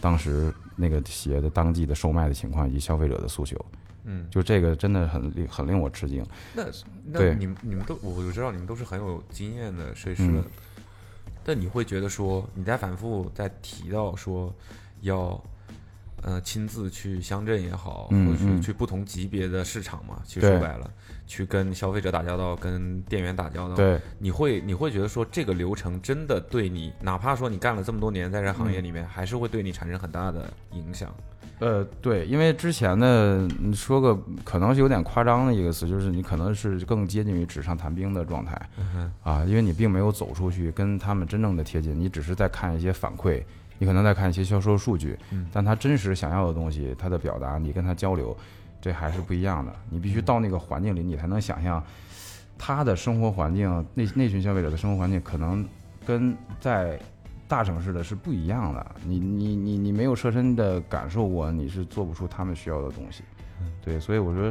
Speaker 2: 当时那个鞋的当季的售卖的情况以及消费者的诉求，
Speaker 3: 嗯，
Speaker 2: 就这个真的很令很令我吃惊。
Speaker 3: 那那
Speaker 2: 对
Speaker 3: 你们你们都我我知道你们都是很有经验的设计师，
Speaker 2: 嗯
Speaker 3: 但你会觉得说你在反复在提到说要呃亲自去乡镇也好，
Speaker 2: 嗯
Speaker 3: 或者去
Speaker 2: 嗯
Speaker 3: 去不同级别的市场嘛，其实说
Speaker 2: 对
Speaker 3: 白了，去跟消费者打交道，跟店员打交道，
Speaker 2: 对，
Speaker 3: 你会你会觉得说这个流程真的对你，哪怕说你干了这么多年在这行业
Speaker 2: 嗯
Speaker 3: 里面，还是会对你产生很大的影响。
Speaker 2: 呃，对，因为之前的你说个可能是有点夸张的一个词，就是你可能是更接近于纸上谈兵的状态
Speaker 3: 哼
Speaker 2: 啊，因为你并没有走出去跟他们真正的贴近，你只是在看一些反馈，你可能在看一些销售数据
Speaker 3: 嗯，
Speaker 2: 但他真实想要的东西，他的表达，你跟他交流，这还是不一样的。你必须到那个环境里，你才能想象他的生活环境，那那群消费者的生活环境可能跟在大城市的是不一样的。你你你你没有设身的感受过，你是做不出他们需要的东西。对，所以我说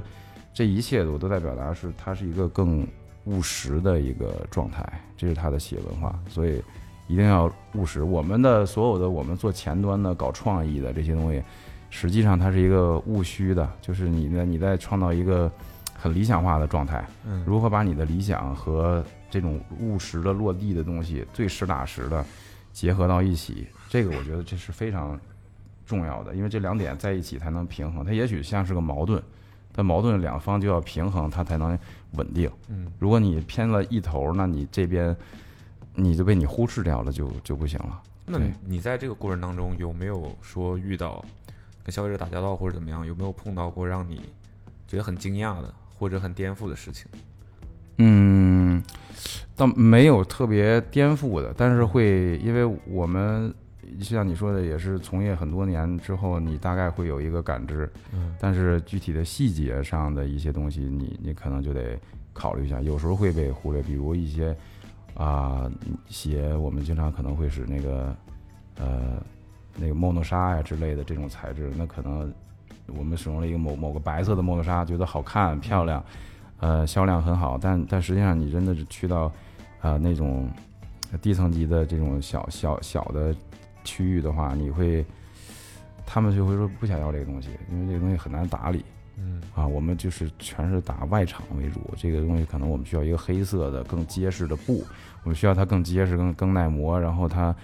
Speaker 2: 这一切我都在表达是，它是一个更务实的一个状态，这是它的企业文化，所以一定要务实。我们的所有的我们做前端的、搞创意的这些东西，实际上它是一个务虚的，就是你呢你在创造一个很理想化的状态。
Speaker 3: 嗯
Speaker 2: 如何把你的理想和这种务实的落地的东西最实打实的结合到一起，这个我觉得这是非常重要的，因为这两点在一起才能平衡。它也许像是个矛盾，但矛盾两方就要平衡，它才能稳定。
Speaker 3: 嗯，
Speaker 2: 如果你偏了一头，那你这边你就被你忽视掉了，就就不行了。
Speaker 3: 那
Speaker 2: 对
Speaker 3: 你在这个过程当中有没有说遇到跟消费者打交道或者怎么样，有没有碰到过让你觉得很惊讶的或者很颠覆的事情？
Speaker 2: 嗯，倒没有特别颠覆的，但是会因为我们就像你说的，也是从业很多年之后，你大概会有一个感知，
Speaker 3: 嗯
Speaker 2: 但是具体的细节上的一些东西你，你可能就得考虑一下，有时候会被忽略，比如一些啊、鞋，我们经常可能会使那个呃那个莫诺纱呀之类的这种材质，那可能我们使用了一个某某个白色的莫诺纱，觉得好看漂亮，呃，销量很好，但但实际上你真的是去到啊、呃那种低层级的这种小小小的区域的话，你会他们就会说不想要这个东西，因为这个东西很难打理
Speaker 3: 嗯
Speaker 2: 啊。我们就是全是打外场为主，这个东西可能我们需要一个黑色的、更结实的布，我们需要它更结实、更更耐磨，然后它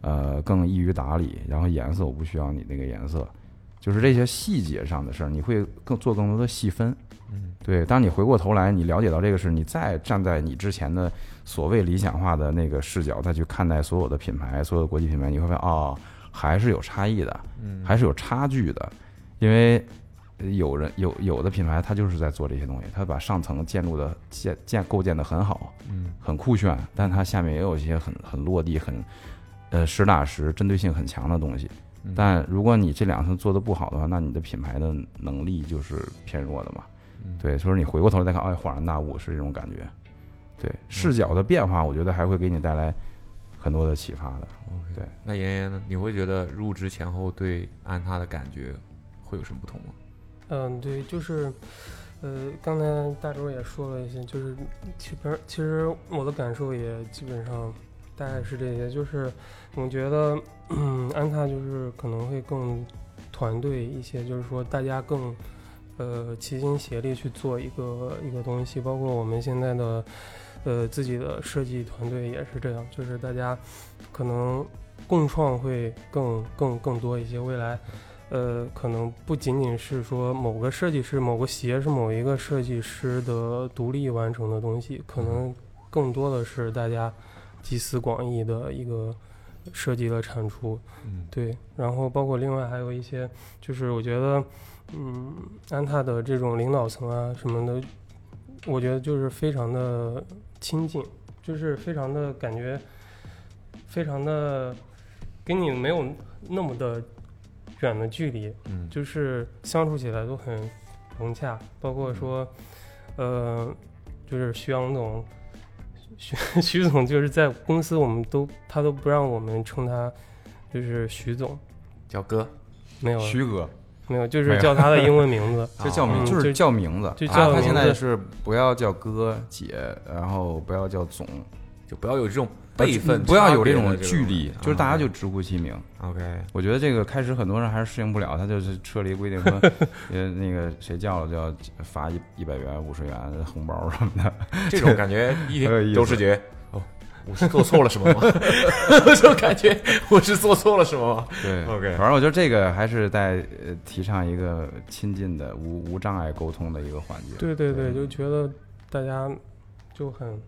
Speaker 2: 呃更易于打理，然后颜色我不需要你那个颜色，就是这些细节上的事儿，你会更做更多的细分。
Speaker 3: 嗯，
Speaker 2: 对，当你回过头来，你了解到这个事，你再站在你之前的所谓理想化的那个视角，再去看待所有的品牌，所有的国际品牌，你会发现哦，还是有差异的，
Speaker 3: 嗯
Speaker 2: 还是有差距的，因为呃有人有有的品牌，它就是在做这些东西，它把上层建筑的建建构建的很好，
Speaker 3: 嗯，
Speaker 2: 很酷炫，但它下面也有一些很很落地、很呃实打实、针对性很强的东西。但如果你这两层做的不好的话，那你的品牌的能力就是偏弱的嘛。
Speaker 3: 嗯
Speaker 2: 对，所以你回过头再看，哎，恍然大悟是这种感觉。对，视角的变化，我觉得还会给你带来很多的启发的。
Speaker 3: 那妍妍呢？你会觉得入职前后对安踏的感觉会有什么不同吗？
Speaker 4: 嗯，对，就是，呃，刚才大周也说了一些，就是其实其实我的感受也基本上大概是这些，就是我觉得，嗯，安踏就是可能会更团队一些，就是说大家更。呃，齐心协力去做一个一个东西，包括我们现在的，呃，自己的设计团队也是这样，就是大家可能共创会更更更多一些，未来呃，可能不仅仅是说某个设计师、某个鞋是某一个设计师的独立完成的东西，可能更多的是大家集思广益的一个设计的产出。
Speaker 3: 嗯，
Speaker 4: 对，然后包括另外还有一些，就是我觉得，嗯，安踏的这种领导层啊什么的，我觉得就是非常的亲近，就是非常的感觉，非常的跟你没有那么的远的距离，
Speaker 3: 嗯，
Speaker 4: 就是相处起来都很融洽，包括说，呃，就是徐阳总。 徐 徐总就是在公司，我们都他都不让我们称他就是徐总，
Speaker 3: 叫哥，
Speaker 4: 没有
Speaker 2: 徐哥，
Speaker 4: 没有，就
Speaker 2: 没
Speaker 4: 是
Speaker 2: 有
Speaker 4: 叫他的英文名字。
Speaker 2: 就
Speaker 3: 啊
Speaker 2: 叫名，
Speaker 4: 嗯
Speaker 2: 就是
Speaker 4: 就
Speaker 2: 叫名字。
Speaker 4: 就
Speaker 2: 啊
Speaker 4: 叫
Speaker 2: 他
Speaker 4: 名
Speaker 2: 现在
Speaker 4: 字
Speaker 2: 是不要叫哥姐，然后不要叫总，
Speaker 3: 就不要有这种辈分，
Speaker 2: 不要有
Speaker 3: 这
Speaker 2: 种距离，就是大
Speaker 3: 嗯
Speaker 2: 家就直呼其名。
Speaker 3: OK，
Speaker 2: 我觉得这个开始很多人还是适应不了，他就是设立规定说，呃，那个谁叫了就要罚一一百元、五十元红包什么的。
Speaker 3: 这种感觉一
Speaker 2: 很有意思
Speaker 3: 周世杰，哦，我是做错了什么 吗？就感觉我是做错了什么吗？
Speaker 2: 对
Speaker 3: OK
Speaker 2: 反正我觉得这个还是在呃提倡一个亲近的、无无障碍沟通的一个环节。
Speaker 4: 对对对，就觉得大家就很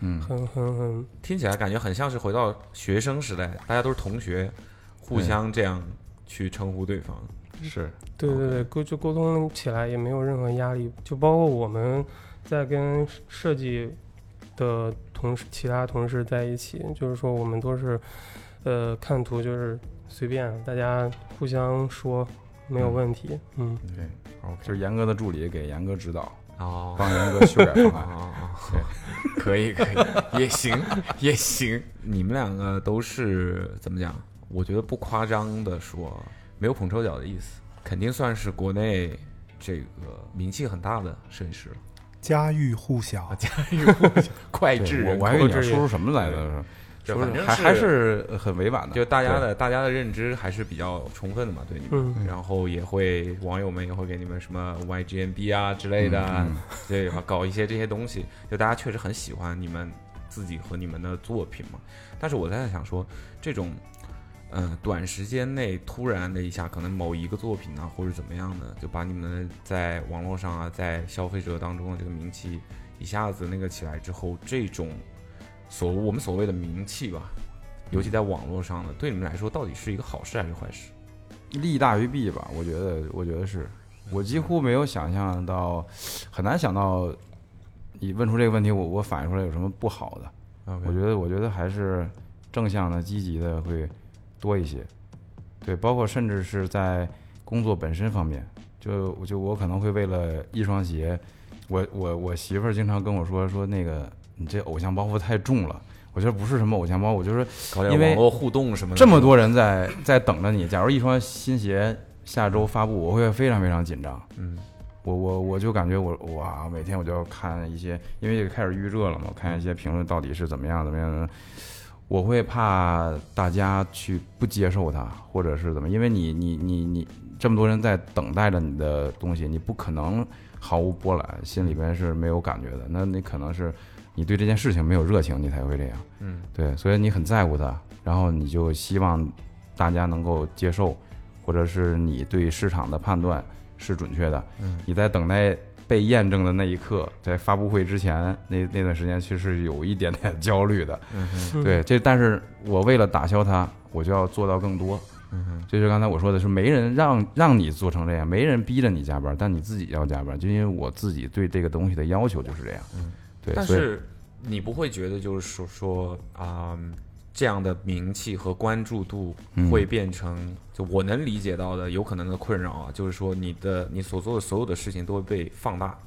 Speaker 2: 嗯，
Speaker 4: 很很很
Speaker 3: 听起来感觉很像是回到学生时代，大家都是同学，互相这样去称呼对方。
Speaker 2: 是
Speaker 4: 对对对沟就沟通起来也没有任何压力，就包括我们在跟设计的同事、其他同事在一起，就是说我们都是呃看图就是随便大家互相说没有问题，嗯，
Speaker 2: 对，
Speaker 3: OK，
Speaker 2: 就是严哥的助理给严哥指导，
Speaker 3: 哦。
Speaker 2: 帮严哥修改方案。
Speaker 3: 哦，可以可以，也行也行。你们两个都是怎么讲？我觉得不夸张的说，没有捧臭脚的意思，肯定算是国内这个名气很大的摄影师了。
Speaker 5: 家喻户晓，
Speaker 3: 脍
Speaker 2: 对
Speaker 3: 炙人
Speaker 2: 我
Speaker 3: 口
Speaker 2: 我还以为你要
Speaker 4: 这
Speaker 2: 说出什么来
Speaker 3: 对
Speaker 2: 着，
Speaker 3: 就是反
Speaker 2: 不是
Speaker 3: 正
Speaker 2: 还还是很委婉的，
Speaker 3: 就大家的大家的认知还是比较充分的嘛，对你们。
Speaker 4: 嗯
Speaker 3: 然后也会网友们也会给你们什么 YGMB 啊之类的啊， 对，搞一些这些东西，就大家确实很喜欢你们自己和你们的作品嘛。但是我在想说，这种，呃，短时间内突然的一下，可能某一个作品啊，或者怎么样的，就把你们在网络上啊，在消费者当中的这个名气一下子那个起来之后，这种所我们所谓的名气吧，尤其在网络上的，对你们来说到底是一个好事还是坏事？
Speaker 2: 利大于弊吧，我觉得，我觉得是，我几乎没有想象到，很难想到，你问出这个问题，我我反映出来有什么不好的。我觉得，我觉得还是正向的、积极的会多一些。对，包括甚至是在工作本身方面，就我就我可能会为了一双鞋，我我我媳妇儿经常跟我说说那个你这偶像包袱太重了。我觉得不是什么偶像包袱，我就是
Speaker 3: 搞点
Speaker 2: 因为
Speaker 3: 网络互动什么的，
Speaker 2: 这么多人在在等着你。假如一双新鞋下周发布，我会非常非常紧张。
Speaker 3: 嗯，
Speaker 2: 我我我就感觉我哇，每天我就要看一些，因为也开始预热了嘛，看一些评论到底是怎么样怎么样。怎么样我会怕大家去不接受它，或者是怎么，因为你你你你这么多人在等待着你的东西，你不可能毫无波澜，心里边是没有感觉的。那你可能是你对这件事情没有热情，你才会这样。
Speaker 3: 嗯，
Speaker 2: 对，所以你很在乎它，然后你就希望大家能够接受，或者是你对市场的判断是准确的。
Speaker 3: 嗯，
Speaker 2: 你在等待被验证的那一刻，在发布会之前那那段时间，其实是有一点点 焦虑的。
Speaker 3: 嗯哼，
Speaker 2: 对，这但是我为了打消它，我就要做到更多。
Speaker 3: 嗯哼，
Speaker 2: 这就是刚才我说的是，没人让让你做成这样，没人逼着你加班，但你自己要加班，就因为我自己对这个东西的要求就是这样。嗯，对，
Speaker 3: 但
Speaker 2: 所以
Speaker 3: 是你不会觉得就是说说啊、嗯这样的名气和关注度
Speaker 2: 嗯
Speaker 3: 会变成，就我能理解到的有可能的困扰啊，就是说你的你所做的所有的事情都会被放大，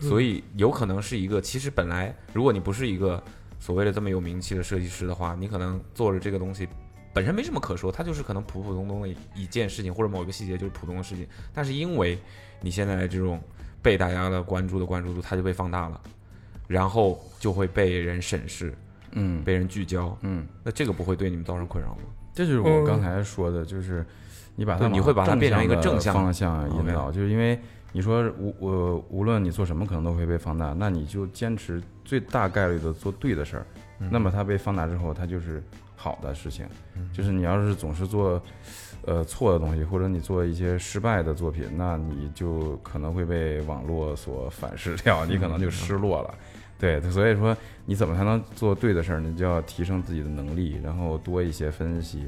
Speaker 2: 嗯
Speaker 3: 所以有可能是一个其实本来如果你不是一个所谓的这么有名气的设计师的话，你可能做着这个东西。本身没什么可说，它就是可能普普通通的一件事情，或者某一个细节就是普通的事情。但是因为你现在的这种被大家的关注的关注度，它就被放大了，然后就会被人审视，
Speaker 2: 嗯
Speaker 3: 被人聚焦。
Speaker 2: 嗯，
Speaker 3: 那这个不会对你们造成困扰吗？
Speaker 2: 这就是我刚才说的，就是你把它
Speaker 3: 对你会把它
Speaker 2: 往
Speaker 3: 变成一个正向
Speaker 2: 向的方向引导，就是因为你说无我无论你做什么，可能都会被放大，那你就坚持最大概率的做对的事儿，那么它被放大之后，它就是好的事情。就是你要是总是做，呃错的东西，或者你做一些失败的作品，那你就可能会被网络所反噬掉，你可能就失落了。对，所以说你怎么才能做对的事儿？你就要提升自己的能力，然后多一些分析，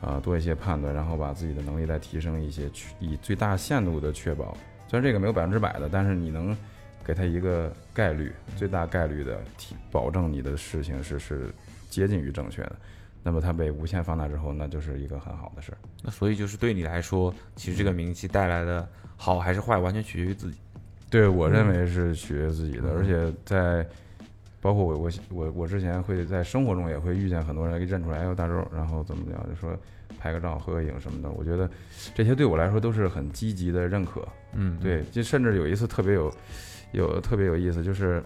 Speaker 2: 啊、多一些判断，然后把自己的能力再提升一些，去以最大限度的确保。虽然这个没有百分之百的，但是你能给他一个概率，最大概率的提保证你的事情是是接近于正确的。那么它被无限放大之后，那就是一个很好的事儿。
Speaker 3: 那所以就是对你来说，其实这个名气带来的好还是坏，完全取决于自己。
Speaker 2: 对我认为是取悦自己的，而且在包括我我我我之前会在生活中也会遇见很多人认出来，哎呦大周，然后怎么怎么样，就说拍个照、合个影什么的。我觉得这些对我来说都是很积极的认可。
Speaker 3: 嗯，
Speaker 2: 对，就甚至有一次特别有有特别有意思，就是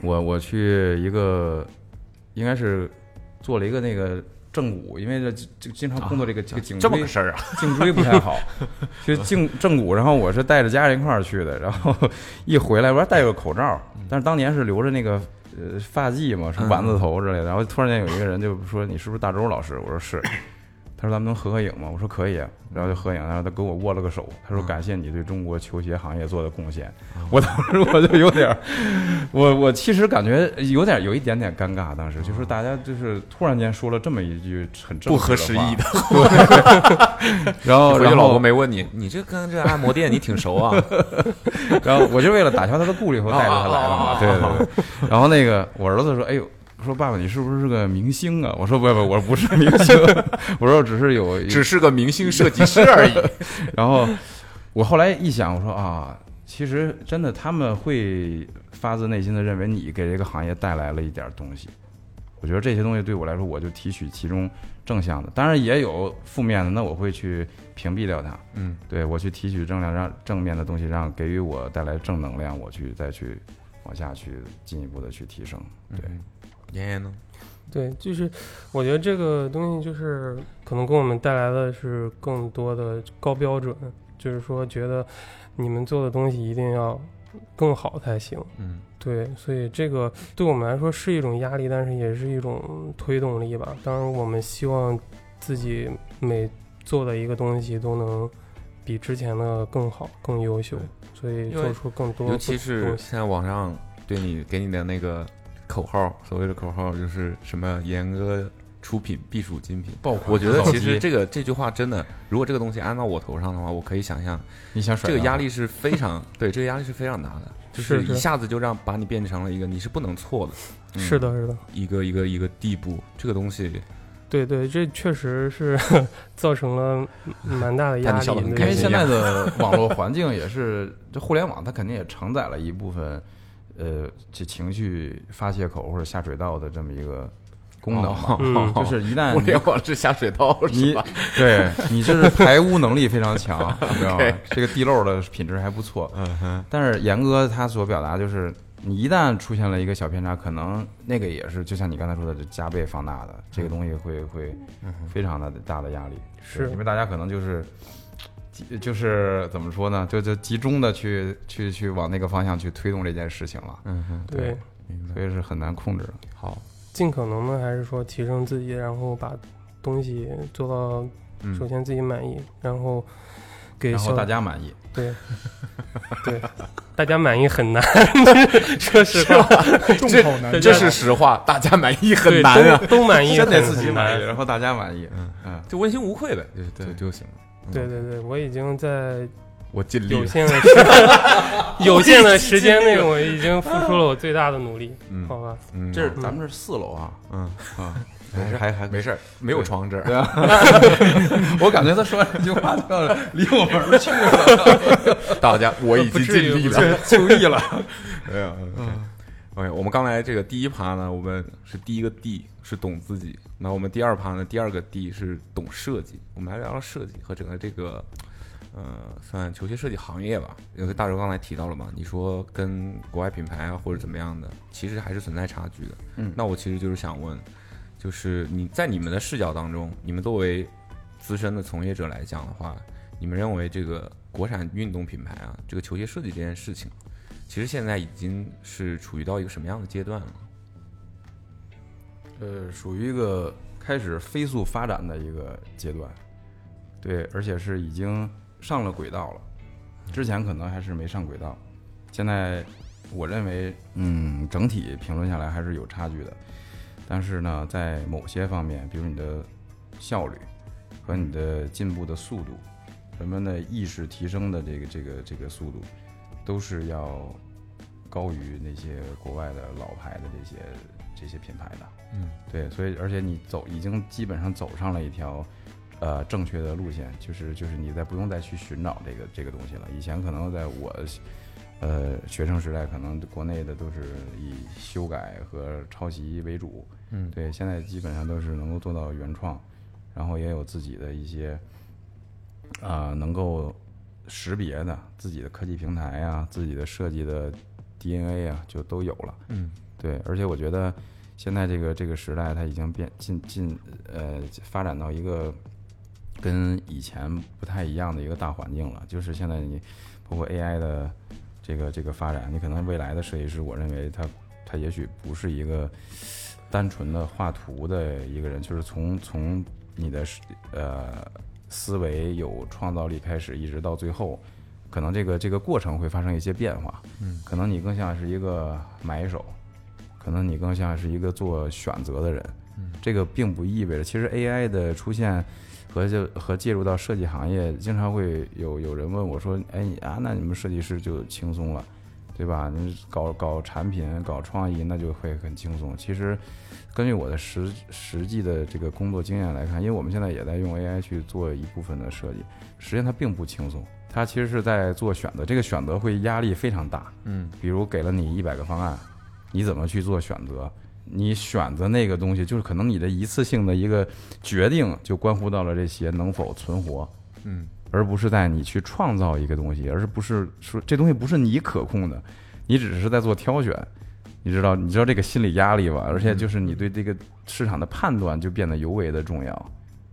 Speaker 2: 我我去一个应该是做了一个那个正骨，因为这这经常工作这个这个颈椎、
Speaker 3: 这么个事儿啊，
Speaker 2: 颈椎不太 好，去颈正骨，然后我是带着家人一块儿去的，然后一回来我还戴个口罩，
Speaker 3: 嗯
Speaker 2: 但是当年是留着那个呃发髻嘛，是丸子头之类的，然后突然间有一个人就说你是不是大周老师？我说是，他说咱们能合个影吗？我说可以啊，然后就合影，然后他跟我握了个手，他说
Speaker 3: 嗯
Speaker 2: 感谢你对中国球鞋行业做的贡献，我当时我就有点儿，我我其实感觉有点有一点点尴尬，当时就是大家就是突然间说了这么一句很正
Speaker 3: 嗯不合
Speaker 2: 式
Speaker 3: 时宜
Speaker 2: 话
Speaker 3: 的。
Speaker 2: 然后
Speaker 3: 回
Speaker 2: 然
Speaker 3: 去
Speaker 2: 后
Speaker 3: 老婆没问你，你这跟这按摩店你挺熟啊？
Speaker 2: 然后我就为了打消他的顾虑，后带着他来了
Speaker 3: 哦哦哦
Speaker 2: 嘛。对对对。然后那个我儿子说：“哎呦，说爸爸你是不是个明星啊？”我说：“不不，我不是明星， 我说我只是有。”
Speaker 3: 只是个明星设计师而已。
Speaker 2: 然后我后来一想，我说啊，其实真的他们会发自内心的认为你给这个行业带来了一点东西。我觉得这些东西对我来说，我就提取其中正向的，当然也有负面的，那我会去屏蔽掉它。
Speaker 3: 嗯，
Speaker 2: 对我去提取正量，让正面的东西让给予我带来正能量，我去再去往下去进一步的去提升。对，
Speaker 3: 嗯妍妍呢？
Speaker 4: 对，就是我觉得这个东西就是可能给我们带来的是更多的高标准，就是说觉得你们做的东西一定要更好才行。
Speaker 3: 嗯，
Speaker 4: 对，所以这个对我们来说是一种压力，但是也是一种推动力吧。当然，我们希望自己每做的一个东西都能比之前的更好、更优秀，所以
Speaker 3: 因为
Speaker 4: 做出更多不。
Speaker 3: 尤其是现在网上对你给你的那个口号，所谓的口号就是什么“严哥出品必属精品”。
Speaker 2: 爆款
Speaker 3: 我觉得
Speaker 2: 暴
Speaker 3: 其
Speaker 2: 击
Speaker 3: 实这个这句话真的，如果这个东西安到我头上的话，我可以想象
Speaker 2: 你想甩
Speaker 3: 这个
Speaker 2: 掉
Speaker 3: 压
Speaker 2: 它
Speaker 3: 力是非常对，这个压力是非常大的，就是一
Speaker 4: 是
Speaker 3: 下子就让把你变成了一个你是不能错的
Speaker 4: 是的，是的。
Speaker 3: 一个一个一个地步。这个东西，
Speaker 4: 对对，这确实是 造成了蛮大的
Speaker 3: 看
Speaker 4: 压
Speaker 3: 你
Speaker 4: 力。
Speaker 3: 笑得很
Speaker 2: 因
Speaker 3: 开
Speaker 2: 为
Speaker 3: 心
Speaker 2: 现在的网络环境也是，这互联网它肯定也承载了一部分，呃，这情绪发泄口或者下水道的这么一个功能嘛。
Speaker 4: 嗯
Speaker 2: 哦 就是一旦
Speaker 3: 互联网是下水道是
Speaker 2: 你
Speaker 3: 吧？
Speaker 2: 对你就是排污能力非常 强，你知道吗？这个地漏的品质还不错。但是严哥他所表达就是，你一旦出现了一个小偏差，可能那个也是就像你刚才说的，就加倍放大的，这个东西会会
Speaker 3: 嗯
Speaker 2: 非常的大的压力。
Speaker 4: 是
Speaker 2: 因为大家可能就是。集就是怎么说呢？就就集中的去去去往那个方向去推动这件事情了，
Speaker 3: 嗯哼，
Speaker 4: 对，
Speaker 2: 所以是很难控制的。
Speaker 3: 好，
Speaker 4: 尽可能的还是说提升自己，然后把东西做到
Speaker 3: 嗯
Speaker 4: 首先自己满意，然后给
Speaker 2: 然后
Speaker 4: 消
Speaker 2: 大家满意，
Speaker 4: 对对大家满意很难， 说实话，
Speaker 5: 众口难
Speaker 3: 这
Speaker 4: 这
Speaker 5: 调。
Speaker 3: 是实话，大家满意很
Speaker 4: 对
Speaker 3: 难啊。
Speaker 4: 都都满意
Speaker 2: 先
Speaker 4: 很，
Speaker 2: 得自己
Speaker 4: 很
Speaker 2: 满意，
Speaker 4: 难
Speaker 2: 然后大家满意。嗯，
Speaker 3: 就问心无愧呗，就就
Speaker 2: 对
Speaker 3: 就行了。
Speaker 4: 对对对，我已经在
Speaker 3: 我尽力
Speaker 4: 有
Speaker 3: 了。
Speaker 4: 限的时 有限的时间内，我已经付出了我最大的努力，
Speaker 3: 嗯
Speaker 4: 好吧？
Speaker 3: 嗯，
Speaker 2: 这是
Speaker 4: 嗯
Speaker 2: 咱们这是四楼啊，
Speaker 3: 嗯
Speaker 2: 啊，
Speaker 3: 没事
Speaker 2: 还还
Speaker 3: 没事儿，没有床这儿。
Speaker 2: 对啊， 我感觉他说这句话就要离我们而去了，
Speaker 3: 大家，我已
Speaker 4: 不
Speaker 3: 经
Speaker 4: 至于
Speaker 3: 尽力
Speaker 4: 不
Speaker 3: 了。
Speaker 2: 就义了。
Speaker 3: 没有。OK，我们刚才这个第一趴呢，我们是第一个 D 是懂自己，那我们第二趴呢，第二个 D 是懂设计。我们来聊聊设计和整个这个，呃，算球鞋设计行业吧。因为大周刚才提到了嘛，你说跟国外品牌啊或者怎么样的，其实还是存在差距的。
Speaker 2: 嗯
Speaker 3: 那我其实就是想问，就是你在你们的视角当中，你们作为资深的从业者来讲的话，你们认为这个国产运动品牌啊，这个球鞋设计这件事情，其实现在已经是处于到一个什么样的阶段了？
Speaker 2: 呃，属于一个开始飞速发展的一个阶段，对，而且是已经上了轨道了，之前可能还是没上轨道，现在我认为，嗯，整体评论下来还是有差距的，但是呢，在某些方面，比如你的效率和你的进步的速度，人们的意识提升的这个这个这个速度，都是要高于那些国外的老牌的这些这些品牌的。
Speaker 3: 嗯，
Speaker 2: 对，所以而且你走已经基本上走上了一条，呃，正确的路线，就是就是你再不用再去寻找这个这个东西了。以前可能在我，呃，学生时代，可能国内的都是以修改和抄袭为主，
Speaker 3: 嗯，
Speaker 2: 对，现在基本上都是能够做到原创，然后也有自己的一些，啊、能够识别的自己的科技平台啊，自己的设计的 DNA 啊，就都有了。
Speaker 3: 嗯，
Speaker 2: 对，而且我觉得现在这个这个时代，它已经变进进呃发展到一个跟以前不太一样的一个大环境了。就是现在你包括 AI 的这个这个发展，你可能未来的设计师，我认为他他也许不是一个单纯的画图的一个人，就是从从你的是呃思维有创造力开始，一直到最后。可能这个这个过程会发生一些变化，
Speaker 3: 嗯，
Speaker 2: 可能你更像是一个买手，可能你更像是一个做选择的人。
Speaker 3: 嗯
Speaker 2: 这个并不意味着，其实 AI 的出现和就和介入到设计行业，经常会有有人问我说：“哎你啊，那你们设计师就轻松了，对吧？你搞搞产品、搞创意，那就会很轻松。”其实，根据我的实实际的这个工作经验来看，因为我们现在也在用 AI 去做一部分的设计，实际上它并不轻松，它其实是在做选择，这个选择会压力非常大。
Speaker 3: 嗯
Speaker 2: 比如给了你一百个方案，你怎么去做选择？你选择那个东西，就是可能你的一次性的一个决定，就关乎到了这些能否存活，
Speaker 3: 嗯
Speaker 2: 而不是在你去创造一个东西，而是不是说这东西不是你可控的，你只是在做挑选。你知道，你知道这个心理压力吧？而且就是你对这个市场的判断就变得尤为的重要，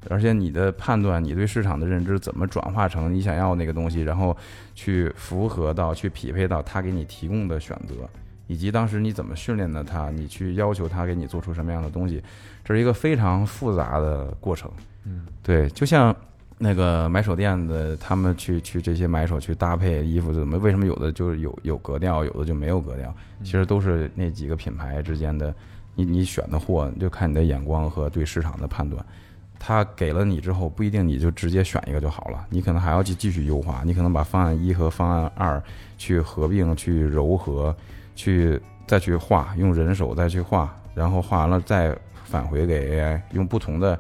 Speaker 2: 而且你的判断，你对市场的认知怎么转化成你想要那个东西，然后去符合到、去匹配到他给你提供的选择，以及当时你怎么训练的他，你去要求他给你做出什么样的东西，这是一个非常复杂的过程。
Speaker 3: 嗯，
Speaker 2: 对，就像那个买手店的，他们去去这些买手去搭配衣服，怎么为什么有的就是有有格调，有的就没有格调？其实都是那几个品牌之间的，你你选的货，你就看你的眼光和对市场的判断。他给了你之后，不一定你就直接选一个就好了，你可能还要去继续优化，你可能把方案一和方案二去合并、去糅合、去再去画，用人手再去画，然后画完了再返回给 AI，用不同的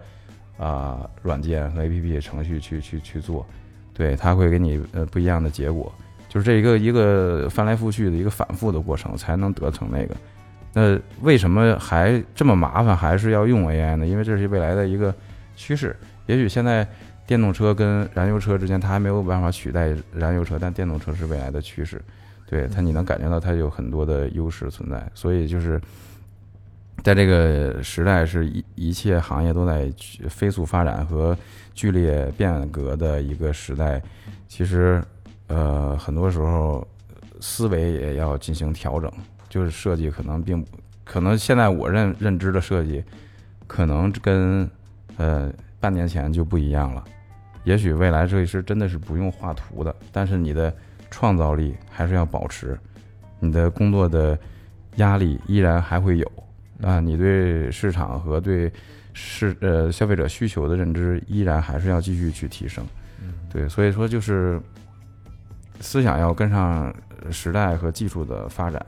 Speaker 2: 啊、软件和 APP 程序去去去做，对，它会给你呃不一样的结果，就是这一个一个翻来覆去的一个反复的过程，才能得成那个。那为什么还这么麻烦，还是要用 AI 呢？因为这是未来的一个趋势。也许现在电动车跟燃油车之间，它还没有办法取代燃油车，但电动车是未来的趋势。对它，你能感觉到它有很多的优势存在，所以就是在这个时代，是一一切行业都在飞速发展和剧烈变革的一个时代。其实，呃，很多时候思维也要进行调整，就是设计可能并不可能现在我认认知的设计，可能跟呃半年前就不一样了。也许未来设计师真的是不用画图的，但是你的创造力还是要保持，你的工作的压力依然还会有啊，你对市场和对市呃消费者需求的认知依然还是要继续去提升。对，所以说就是思想要跟上时代和技术的发展。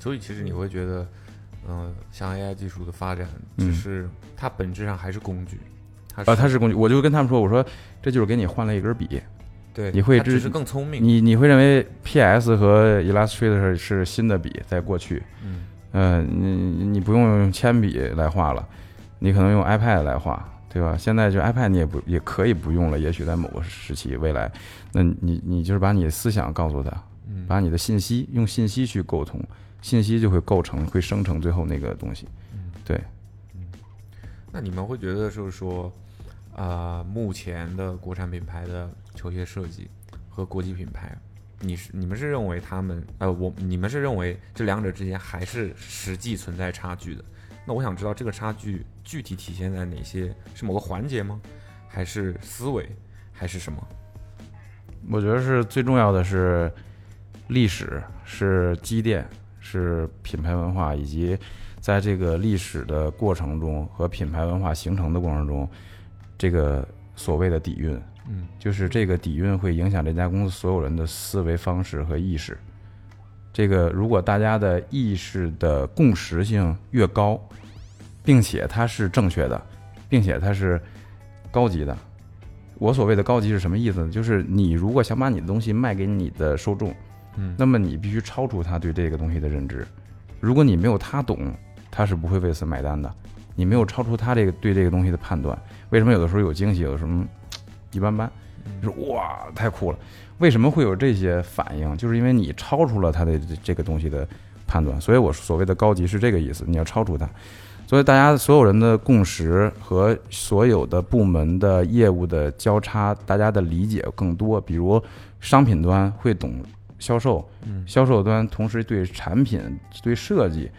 Speaker 3: 所以其实你会觉得，嗯、像 AI 技术的发展，
Speaker 2: 嗯
Speaker 3: 只是它本质上还是工具，它是、
Speaker 2: 啊，它是工具，我就跟他们说，我说这就是给你换了一根笔，
Speaker 3: 对，
Speaker 2: 你会
Speaker 3: 它只
Speaker 2: 知
Speaker 3: 是更聪明，
Speaker 2: 你你会认为 PS 和 Illustrator 是新的笔，在过去，
Speaker 3: 嗯
Speaker 2: 呃，你你你不用用铅笔来画了，你可能用 iPad 来画，对吧？现在就 iPad 你也不也可以不用了，也许在某个时期未来，那你你就是把你的思想告诉他，
Speaker 3: 嗯，
Speaker 2: 把你的信息用信息去沟通，信息就会构成会生成最后那个东西。
Speaker 3: 嗯
Speaker 2: 对，
Speaker 3: 那你们会觉得就是说，呃，目前的国产品牌的球鞋设计和国际品牌，你是你们是认为他们呃，我你们是认为这两者之间还是实际存在差距的？那我想知道这个差距具体体现在哪些？是某个环节吗？还是思维？还是什么？
Speaker 2: 我觉得是最重要的是历史，是积淀，是品牌文化，以及在这个历史的过程中和品牌文化形成的过程中，这个所谓的底蕴，
Speaker 3: 嗯，
Speaker 2: 就是这个底蕴会影响这家公司所有人的思维方式和意识。这个如果大家的意识的共识性越高，并且它是正确的，并且它是高级的。我所谓的高级是什么意思呢？就是你如果想把你的东西卖给你的受众，
Speaker 3: 嗯
Speaker 2: 那么你必须超出他对这个东西的认知。如果你没有他懂，他是不会为此买单的。你没有超出他这个对这个东西的判断，为什么有的时候有惊喜，有的时候嗯一般般？就是哇，太酷了！为什么会有这些反应？就是因为你超出了他的这这个东西的判断。所以我所谓的高级是这个意思，你要超出它。所以大家所有人的共识和所有的部门的业务的交叉，大家的理解更多。比如商品端会懂销售，
Speaker 3: 嗯
Speaker 2: 销售端同时对产品、对设计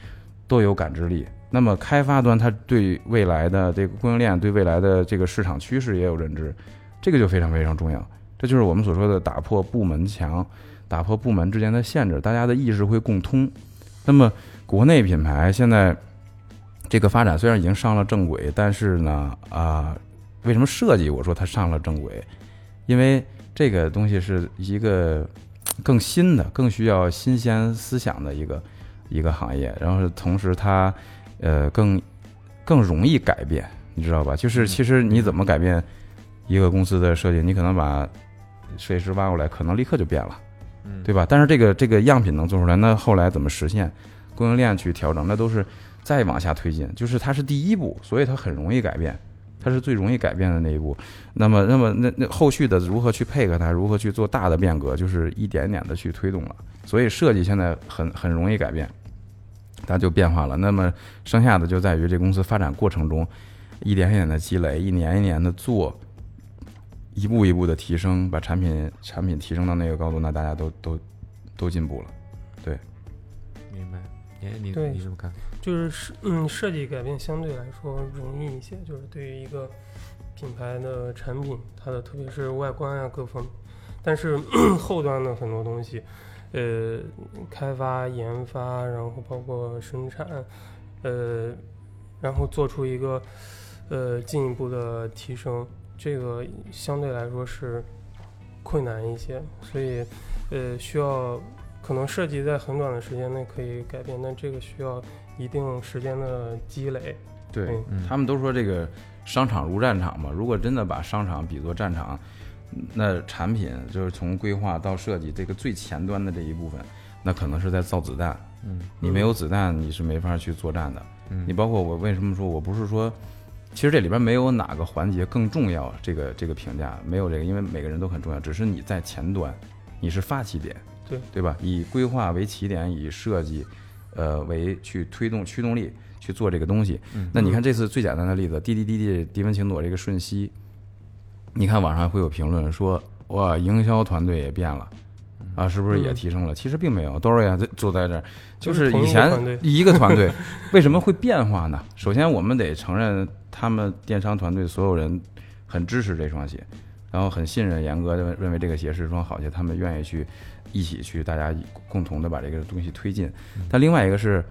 Speaker 2: 都有感知力。那么开发端，它对未来的这个供应链、对未来的这个市场趋势也有认知，这个就非常非常重要。这就是我们所说的打破部门墙，打破部门之间的限制，大家的意识会共通。那么国内品牌现在这个发展虽然已经上了正轨，但是呢，啊、为什么设计我说它上了正轨？因为这个东西是一个更新的、更需要新鲜思想的一个一个行业，然后同时它呃更更容易改变，你知道吧？就是其实你怎么改变一个公司的设计，你可能把设计师挖过来，可能立刻就变了，
Speaker 3: 嗯
Speaker 2: 对吧？但是这个这个样品能做出来，那后来怎么实现？供应链去调整，那都是再往下推进，就是它是第一步，所以它很容易改变，它是最容易改变的那一步。那么，那么那那后续的如何去配合它，如何去做大的变革，就是一点点的去推动了。所以设计现在很很容易改变，它就变化了。那么剩下的就在于这公司发展过程中，一点一点的积累，一年一年的做，一步一步的提升，把产品产品提升到那个高度，那大家都都都进步了。
Speaker 3: 明白。哎，你
Speaker 4: 对
Speaker 3: 你怎么看？
Speaker 4: 就是设嗯设计改变相对来说容易一些，就是对于一个品牌的产品，它的特别是外观啊各方面，但是 后端的很多东西，呃，开发、研发，然后包括生产，呃，然后做出一个呃进一步的提升，这个相对来说是困难一些，所以呃需要可能设计在很短的时间内可以改变，但这个需要一定时间的积累。
Speaker 2: 对
Speaker 4: 嗯
Speaker 3: 嗯
Speaker 2: 他们都说这个商场如战场嘛，如果真的把商场比作战场，那产品就是从规划到设计这个最前端的这一部分，那可能是在造子弹。
Speaker 3: 嗯
Speaker 2: 你没有子弹，你是没法去作战的。
Speaker 3: 嗯
Speaker 2: 你包括我为什么说我不是说，其实这里边没有哪个环节更重要，这个这个评价没有这个，因为每个人都很重要，只是你在前端，你是发起点，
Speaker 4: 对
Speaker 2: 对吧？以规划为起点，以设计，呃为去推动驱动力去做这个东西。
Speaker 3: 嗯
Speaker 2: 那你看这次最简单的例子，滴滴滴滴迪文晴朵这个瞬息，你看网上会有评论说，哇，营销团队也变了。啊，是不是也
Speaker 4: 嗯
Speaker 2: 提升了？其实并没有，都是呀，坐在这儿，就
Speaker 4: 就是是同
Speaker 2: 以
Speaker 4: 一个
Speaker 2: 前
Speaker 4: 团队
Speaker 2: 一个团 队为什么会变化呢？首先，我们得承认他们电商团队所有人很支持这双鞋，然后很信任严哥，认为认为这个鞋是一双好鞋，他们愿意去一起去大家共同的把这个东西推进。
Speaker 4: 嗯
Speaker 2: 但另外一个是。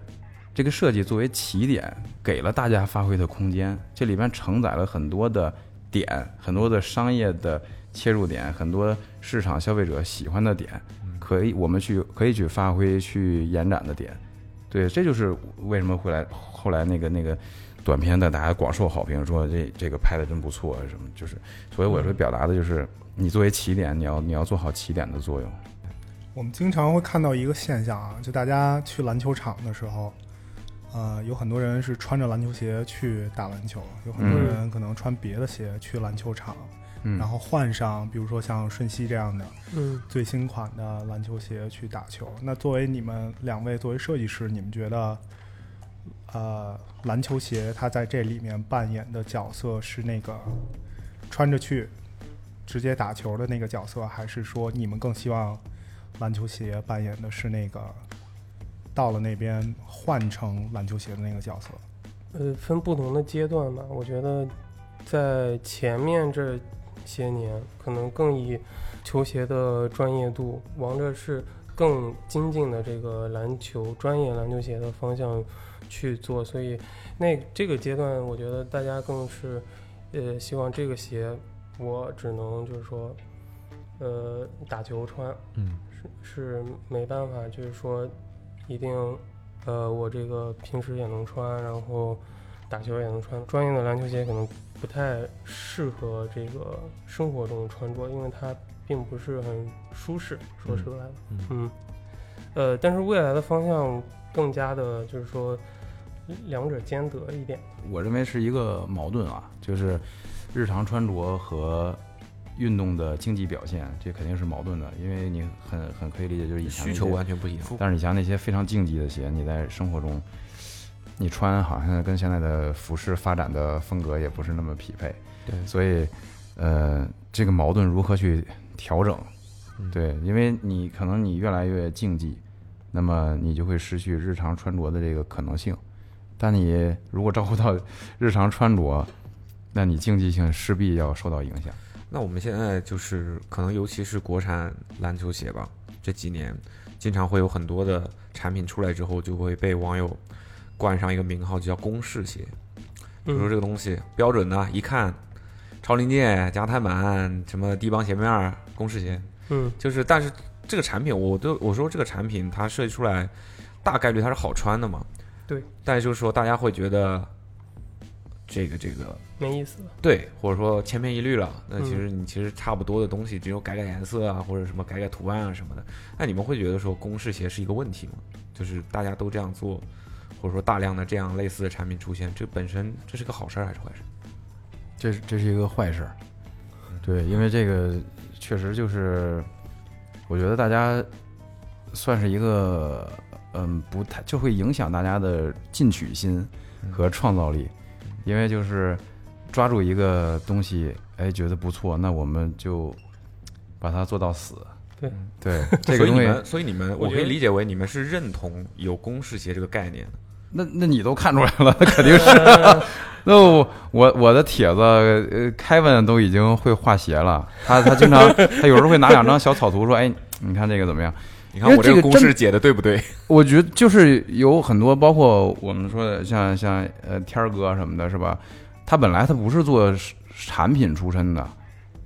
Speaker 2: 这个设计作为起点，给了大家发挥的空间，这里边承载了很多的点，很多的商业的切入点，很多市场消费者喜欢的点，可以我们去可以去发挥、去延展的点。对，这就是为什么会来后来那个那个短片的大家广受好评，说这这个拍的真不错，啊什么就是，所以我说表达的就是，你作为起点，你要你要做好起点的作用。
Speaker 5: 我们经常会看到一个现象啊，就大家去篮球场的时候，呃，有很多人是穿着篮球鞋去打篮球，有很多
Speaker 4: 嗯
Speaker 5: 人可能穿别的鞋去篮球场，
Speaker 2: 嗯
Speaker 5: 然后换上比如说像瞬息这样的
Speaker 4: 嗯，
Speaker 5: 最新款的篮球鞋去打球。那作为你们两位作为设计师，你们觉得，呃，篮球鞋它在这里面扮演的角色是那个穿着去直接打球的那个角色，还是说你们更希望篮球鞋扮演的是那个到了那边换成篮球鞋的那个角色？
Speaker 4: 呃，分不同的阶段吧。我觉得在前面这些年，可能更以球鞋的专业度往着是更精进的这个篮球专业篮球鞋的方向去做，所以那这个阶段，我觉得大家更是呃希望这个鞋我只能就是说呃打球穿，
Speaker 3: 嗯，
Speaker 4: 是没办法，就是说，一定，呃，我这个平时也能穿，然后打球也能穿。专业的篮球鞋可能不太适合这个生活中的穿着，因为它并不是很舒适，说实来，
Speaker 3: 嗯
Speaker 4: 嗯，呃，但是未来的方向更加的，就是说，两者兼得一点。
Speaker 2: 我认为是一个矛盾啊，就是日常穿着和运动的竞技表现，这肯定是矛盾的，因为你很很可以理解，就是以前那
Speaker 3: 需求
Speaker 2: 些
Speaker 3: 完全不一样。
Speaker 2: 但是你像那些非常竞技的鞋，你在生活中，你穿好像跟现在的服饰发展的风格也不是那么匹配，
Speaker 3: 对
Speaker 2: 所以，呃，这个矛盾如何去调整？
Speaker 3: 嗯
Speaker 2: 对，因为你可能你越来越竞技，那么你就会失去日常穿着的这个可能性。但你如果照顾到日常穿着，那你竞技性势必要受到影响。
Speaker 3: 那我们现在就是可能，尤其是国产篮球鞋吧，这几年经常会有很多的产品出来之后，就会被网友冠上一个名号，就叫公式鞋。比如说这
Speaker 4: 嗯，
Speaker 3: 个东西标准的，一看超临界、加碳板、什么低帮鞋面儿、公式鞋，
Speaker 4: 嗯，
Speaker 3: 就是但是这个产品，我都我说这个产品它设计出来，大概率它是好穿的嘛。
Speaker 4: 对。
Speaker 3: 但是就是说大家会觉得这个这个
Speaker 4: 没意思。
Speaker 3: 对，或者说千篇一律了。那
Speaker 4: 嗯
Speaker 3: 其实你其实差不多的东西，只有改改颜色啊，或者什么改改图案啊什么的。那你们会觉得说公式鞋是一个问题吗？就是大家都这样做，或者说大量的这样类似的产品出现，这本身这是个好事儿还是坏事？
Speaker 2: 这是这是一个坏事儿，
Speaker 3: 嗯
Speaker 2: 对，因为这个确实就是，我觉得大家算是一个，嗯，不太就会影响大家的进取心
Speaker 3: 嗯
Speaker 2: 和创造力，因为就是抓住一个东西，哎，觉得不错，那我们就把它做到死。
Speaker 4: 对
Speaker 2: 对，这个
Speaker 3: 所以
Speaker 2: 东
Speaker 3: 你
Speaker 2: 西，
Speaker 3: 们，所以你们，我
Speaker 4: 觉
Speaker 3: 可以
Speaker 4: 得
Speaker 3: 理解为你们是认同有公式鞋这个概念的。
Speaker 2: 那那你都看出来了， 那肯定是。
Speaker 4: 呃
Speaker 2: 那我我我的帖子，呃，Kevin 都已经会画鞋了，他他经常他有时候会拿两张小草图说，哎，你看这个怎么样？
Speaker 3: 你
Speaker 2: 因
Speaker 3: 看
Speaker 2: 为
Speaker 3: 我这
Speaker 2: 这个
Speaker 3: 个公
Speaker 2: 真
Speaker 3: 式解的对不对？
Speaker 2: 我觉得就是有很多，包括我们说的像像呃天儿哥什么的，是吧？他本来他不是做产品出身的，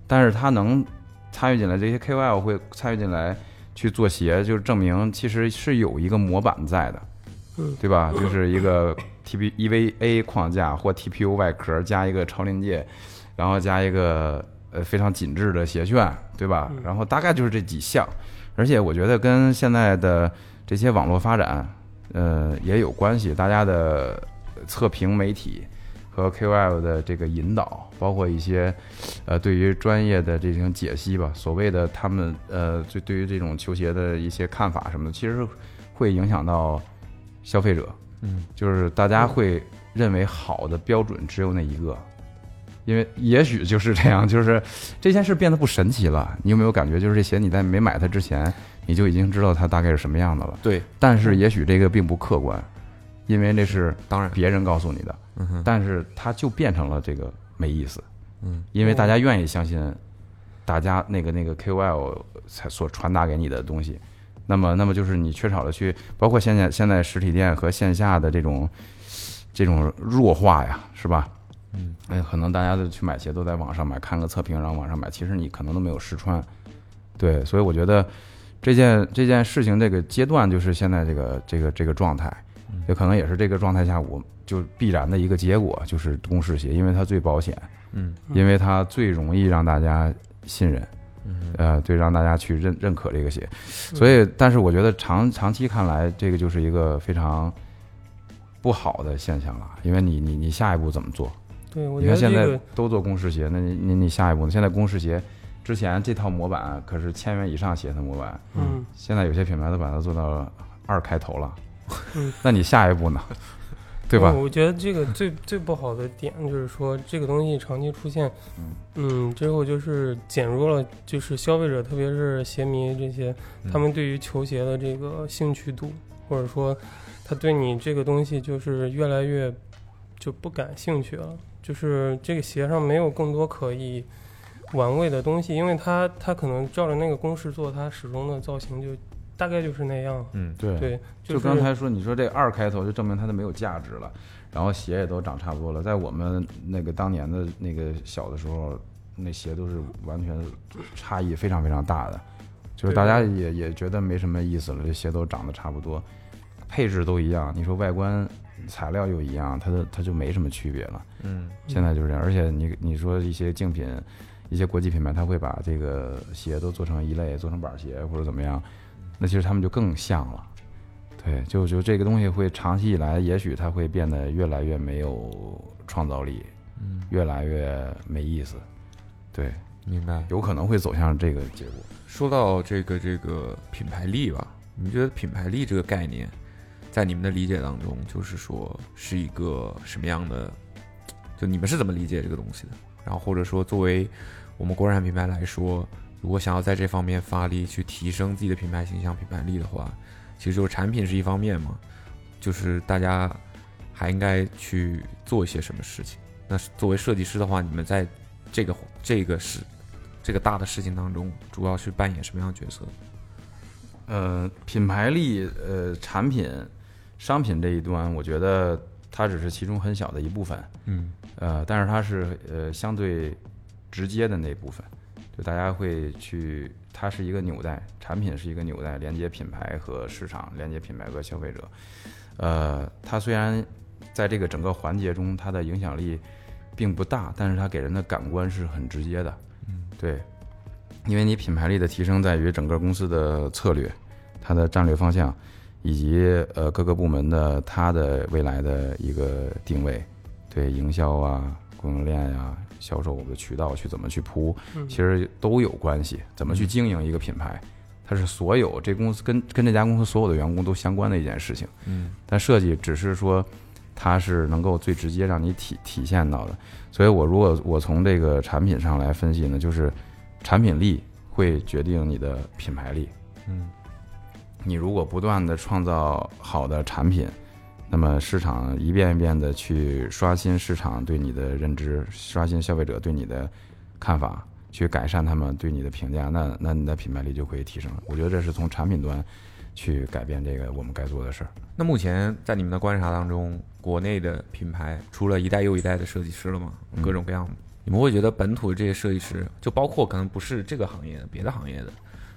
Speaker 2: 但是他能参与进来这些 KOL 会参与进来去做鞋，就是证明其实是有一个模板在的，
Speaker 4: 嗯
Speaker 2: 对吧？就是一个 TP EVA 框架或 TPU 外壳加一个超临界，然后加一个呃非常紧致的鞋楦，对吧？然后大概就是这几项，而且我觉得跟现在的这些网络发展，呃也有关系，大家的测评媒体。和 KOL 的这个引导，包括一些呃，对于专业的这种解析吧，所谓的他们呃，对对于这种球鞋的一些看法什么的，其实会影响到消费者。
Speaker 3: 嗯，
Speaker 2: 就是大家会认为好的标准只有那一个，因为也许就是这样，就是这件事变得不神奇了。你有没有感觉，就是这鞋你在没买它之前，你就已经知道它大概是什么样的了？
Speaker 3: 对，
Speaker 2: 但是也许这个并不客观，因为这是
Speaker 3: 嗯当然，
Speaker 2: 别人告诉你的，
Speaker 3: 嗯哼，
Speaker 2: 但是它就变成了这个没意思。
Speaker 3: 嗯，
Speaker 2: 因为大家愿意相信大家那个那个 KOL 才所传达给你的东西，那么那么就是你缺少了去，包括现在现在实体店和线下的这种这种弱化呀，是吧？
Speaker 3: 嗯，
Speaker 2: 哎，可能大家都去买鞋都在网上买，看个测评，然后网上买，其实你可能都没有实穿。对，所以我觉得这件这件事情这个阶段就是现在这个这个这个状态，也可能也是这个状态下我就必然的一个结果，就是公式鞋，因为它最保险。
Speaker 3: 嗯
Speaker 2: 因为它最容易让大家信任，
Speaker 3: 嗯
Speaker 2: 呃，对，让大家去认认可这个鞋。所以，但是我觉得长长期看来，这个就是一个非常不好的现象了，因为你你你下一步怎么做？
Speaker 4: 对，我
Speaker 2: 你
Speaker 4: 觉得
Speaker 2: 看
Speaker 4: 这
Speaker 2: 现在
Speaker 4: 个
Speaker 2: 都做公式鞋，那你你你下一步呢？现在公式鞋之前这套模板可是千元以上鞋的模板，
Speaker 4: 嗯，
Speaker 2: 现在有些品牌都把它做到二开头了
Speaker 4: 嗯，哦
Speaker 2: 那你下一步呢？对吧？
Speaker 4: 我觉得这个最最不好的点就是说，这个东西长期出现，嗯，最后就是减弱了，就是消费者，特别是鞋迷这些，
Speaker 2: 嗯
Speaker 4: 他们对于球鞋的这个兴趣度，或者说他对你这个东西就是越来越就不感兴趣了，就是这个鞋上没有更多可以玩味的东西，因为它它可能照着那个公式做，它始终的造型就大概就是那样，
Speaker 6: 嗯，
Speaker 2: 对
Speaker 4: 对，
Speaker 2: 就是刚才说，你说这二开头就证明它的没有价值了，然后鞋也都长差不多了。在我们那个当年的那个小的时候，那鞋都是完全差异非常非常大的，就是大家也也觉得没什么意思了，这鞋都长得差不多，配置都一样，你说外观材料又一样，它的它就没什么区别了。
Speaker 6: 嗯，
Speaker 2: 现在就是这样，而且你你说一些竞品，一些国际品牌，它会把这个鞋都做成一类，做成板鞋或者怎么样，那其实他们就更像了。对，就就这个东西会长期以来，也许它会变得越来越没有创造力，嗯，越来越没意思。对，
Speaker 6: 明白。
Speaker 2: 有可能会走向这个结果。
Speaker 3: 说到这个这个品牌力吧，你们觉得品牌力这个概念，在你们的理解当中，就是说是一个什么样的？就你们是怎么理解这个东西的？然后或者说，作为我们国产品牌来说，如果想要在这方面发力，去提升自己的品牌形象、品牌力的话，其实就是产品是一方面嘛，就是大家还应该去做一些什么事情。那是作为设计师的话，你们在这个这个事这个大的事情当中，主要是扮演什么样的角色？
Speaker 2: 呃，品牌力，呃，产品、商品这一端，我觉得它只是其中很小的一部分。
Speaker 3: 嗯
Speaker 2: 呃，但是它是呃相对直接的那部分，就大家会去，它是一个纽带，产品是一个纽带，连接品牌和市场，连接品牌和消费者。呃，它虽然在这个整个环节中，它的影响力并不大，但是它给人的感官是很直接的。
Speaker 3: 嗯，
Speaker 2: 对，因为你品牌力的提升在于整个公司的策略、它的战略方向，以及呃各个部门的它的未来的一个定位。对营销啊、供应链呀、销售我们的渠道去怎么去铺，
Speaker 4: 嗯
Speaker 2: 其实都有关系。怎么去经营一个品牌，它是所有这公司跟跟这家公司所有的员工都相关的一件事情。
Speaker 3: 嗯，
Speaker 2: 但设计只是说它是能够最直接让你体体现到的。所以我如果我从这个产品上来分析呢，就是产品力会决定你的品牌力。
Speaker 3: 嗯，
Speaker 2: 你如果不断的创造好的产品，那么市场一遍一遍的去刷新市场对你的认知，刷新消费者对你的看法，去改善他们对你的评价，那那你的品牌力就会提升。我觉得这是从产品端去改变这个我们该做的事儿。
Speaker 3: 那目前在你们的观察当中，国内的品牌出了一代又一代的设计师了吗？各种各样的，嗯你们会觉得本土的这些设计师，就包括可能不是这个行业的，别的行业的，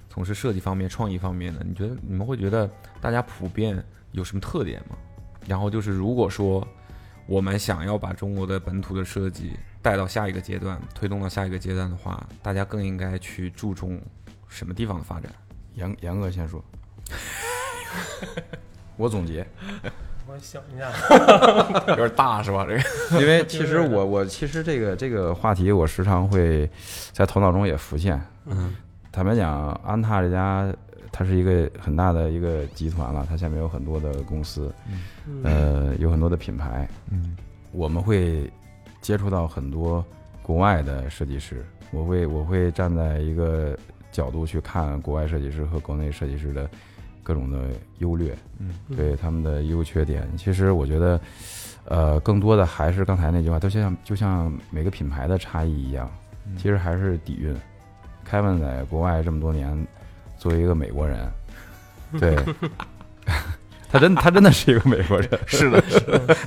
Speaker 3: 从事设计方面、创意方面的，你觉得你们会觉得大家普遍有什么特点吗？然后就是如果说我们想要把中国的本土的设计带到下一个阶段，推动到下一个阶段的话，大家更应该去注重什么地方的发展？
Speaker 2: 严严哥先说，我总结，
Speaker 4: 我想一下，
Speaker 3: 有点大是吧？这个
Speaker 2: 因为其实我我其实这个这个话题，我时常会在头脑中也浮现。
Speaker 3: 嗯，
Speaker 2: 坦白讲，安踏这家呃它是一个很大的一个集团了，它下面有很多的公司，
Speaker 4: 嗯
Speaker 2: 呃，有很多的品牌，
Speaker 3: 嗯，
Speaker 2: 我们会接触到很多国外的设计师，我会我会站在一个角度去看国外设计师和国内设计师的各种的优劣，
Speaker 3: 嗯，
Speaker 2: 对他们的优缺点。其实我觉得，呃，更多的还是刚才那句话，就像就像每个品牌的差异一样，
Speaker 3: 嗯
Speaker 2: 其实还是底蕴。Kevin 在国外这么多年，作为一个美 国人，对。 他真他真的是一个美国人，
Speaker 3: 是的，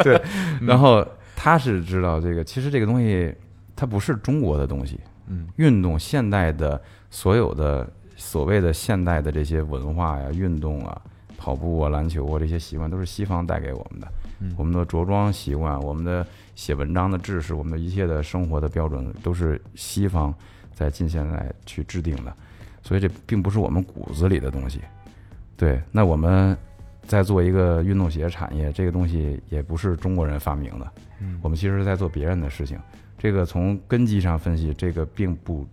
Speaker 3: 嗯
Speaker 2: 然后他是知道这个，其实这个东西它不是中国的东西。
Speaker 3: 嗯，
Speaker 2: 运动现代的所有的所谓的现代的这些文化呀、运动啊、跑步啊、篮球啊这些习惯，都是西方带给我们的。
Speaker 3: 嗯
Speaker 2: 我们的着装习惯、我们的写文章的制式、我们的一切的生活的标准，都是西方在近现代去制定的。所以这并不是我们骨子里的东西。对，那我们在做一个运动鞋产业，这个东西也不是中国人发明的，
Speaker 3: 嗯
Speaker 2: 我们其实是在做别人的事情。这个从根基上分析，这个并不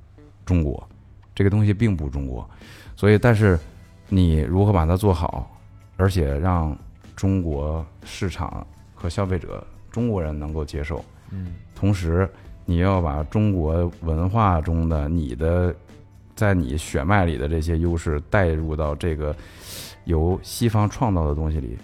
Speaker 2: 中国，这个东西并不中国。所以，但是你如何把它做好，而且让中国市场和消费者中国人能够接受，
Speaker 3: 嗯
Speaker 2: 同时你要把中国文化中的你的在你血脉里的这些优势带入到这个由西方创造的东西里，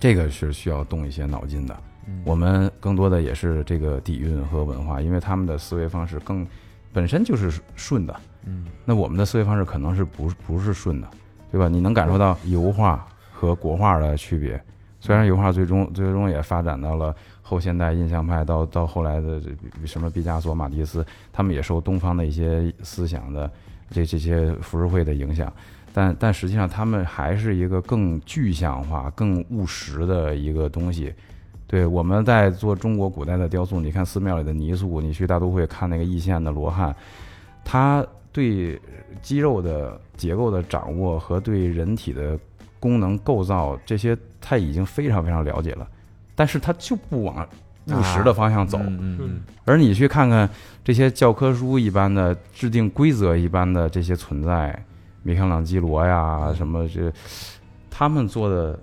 Speaker 2: 这个是需要动一些脑筋的。
Speaker 3: 嗯，
Speaker 2: 我们更多的也是这个底蕴和文化，因为他们的思维方式更本身就是顺的，
Speaker 3: 嗯
Speaker 2: 那我们的思维方式可能是不不是顺的，对吧？你能感受到油画和国画的区别，虽然油画最终最终也发展到了后现代印象派，到到后来的这什么毕加索、马蒂斯，他们也受东方的一些思想的这这些浮世绘的影响，但但实际上他们还是一个更具象化、更务实的一个东西。对，我们在做中国古代的雕塑，你看寺庙里的泥塑，你去大都会看那个易县的罗汉，他对肌肉的结构的掌握和对人体的功能构造这些，他已经非常非常了解了，但是他就不往务实的方向走。
Speaker 3: 嗯嗯
Speaker 2: 而你去看看这些教科书一般的制定规则一般的这些存在，米开朗基罗呀，什么这他们做的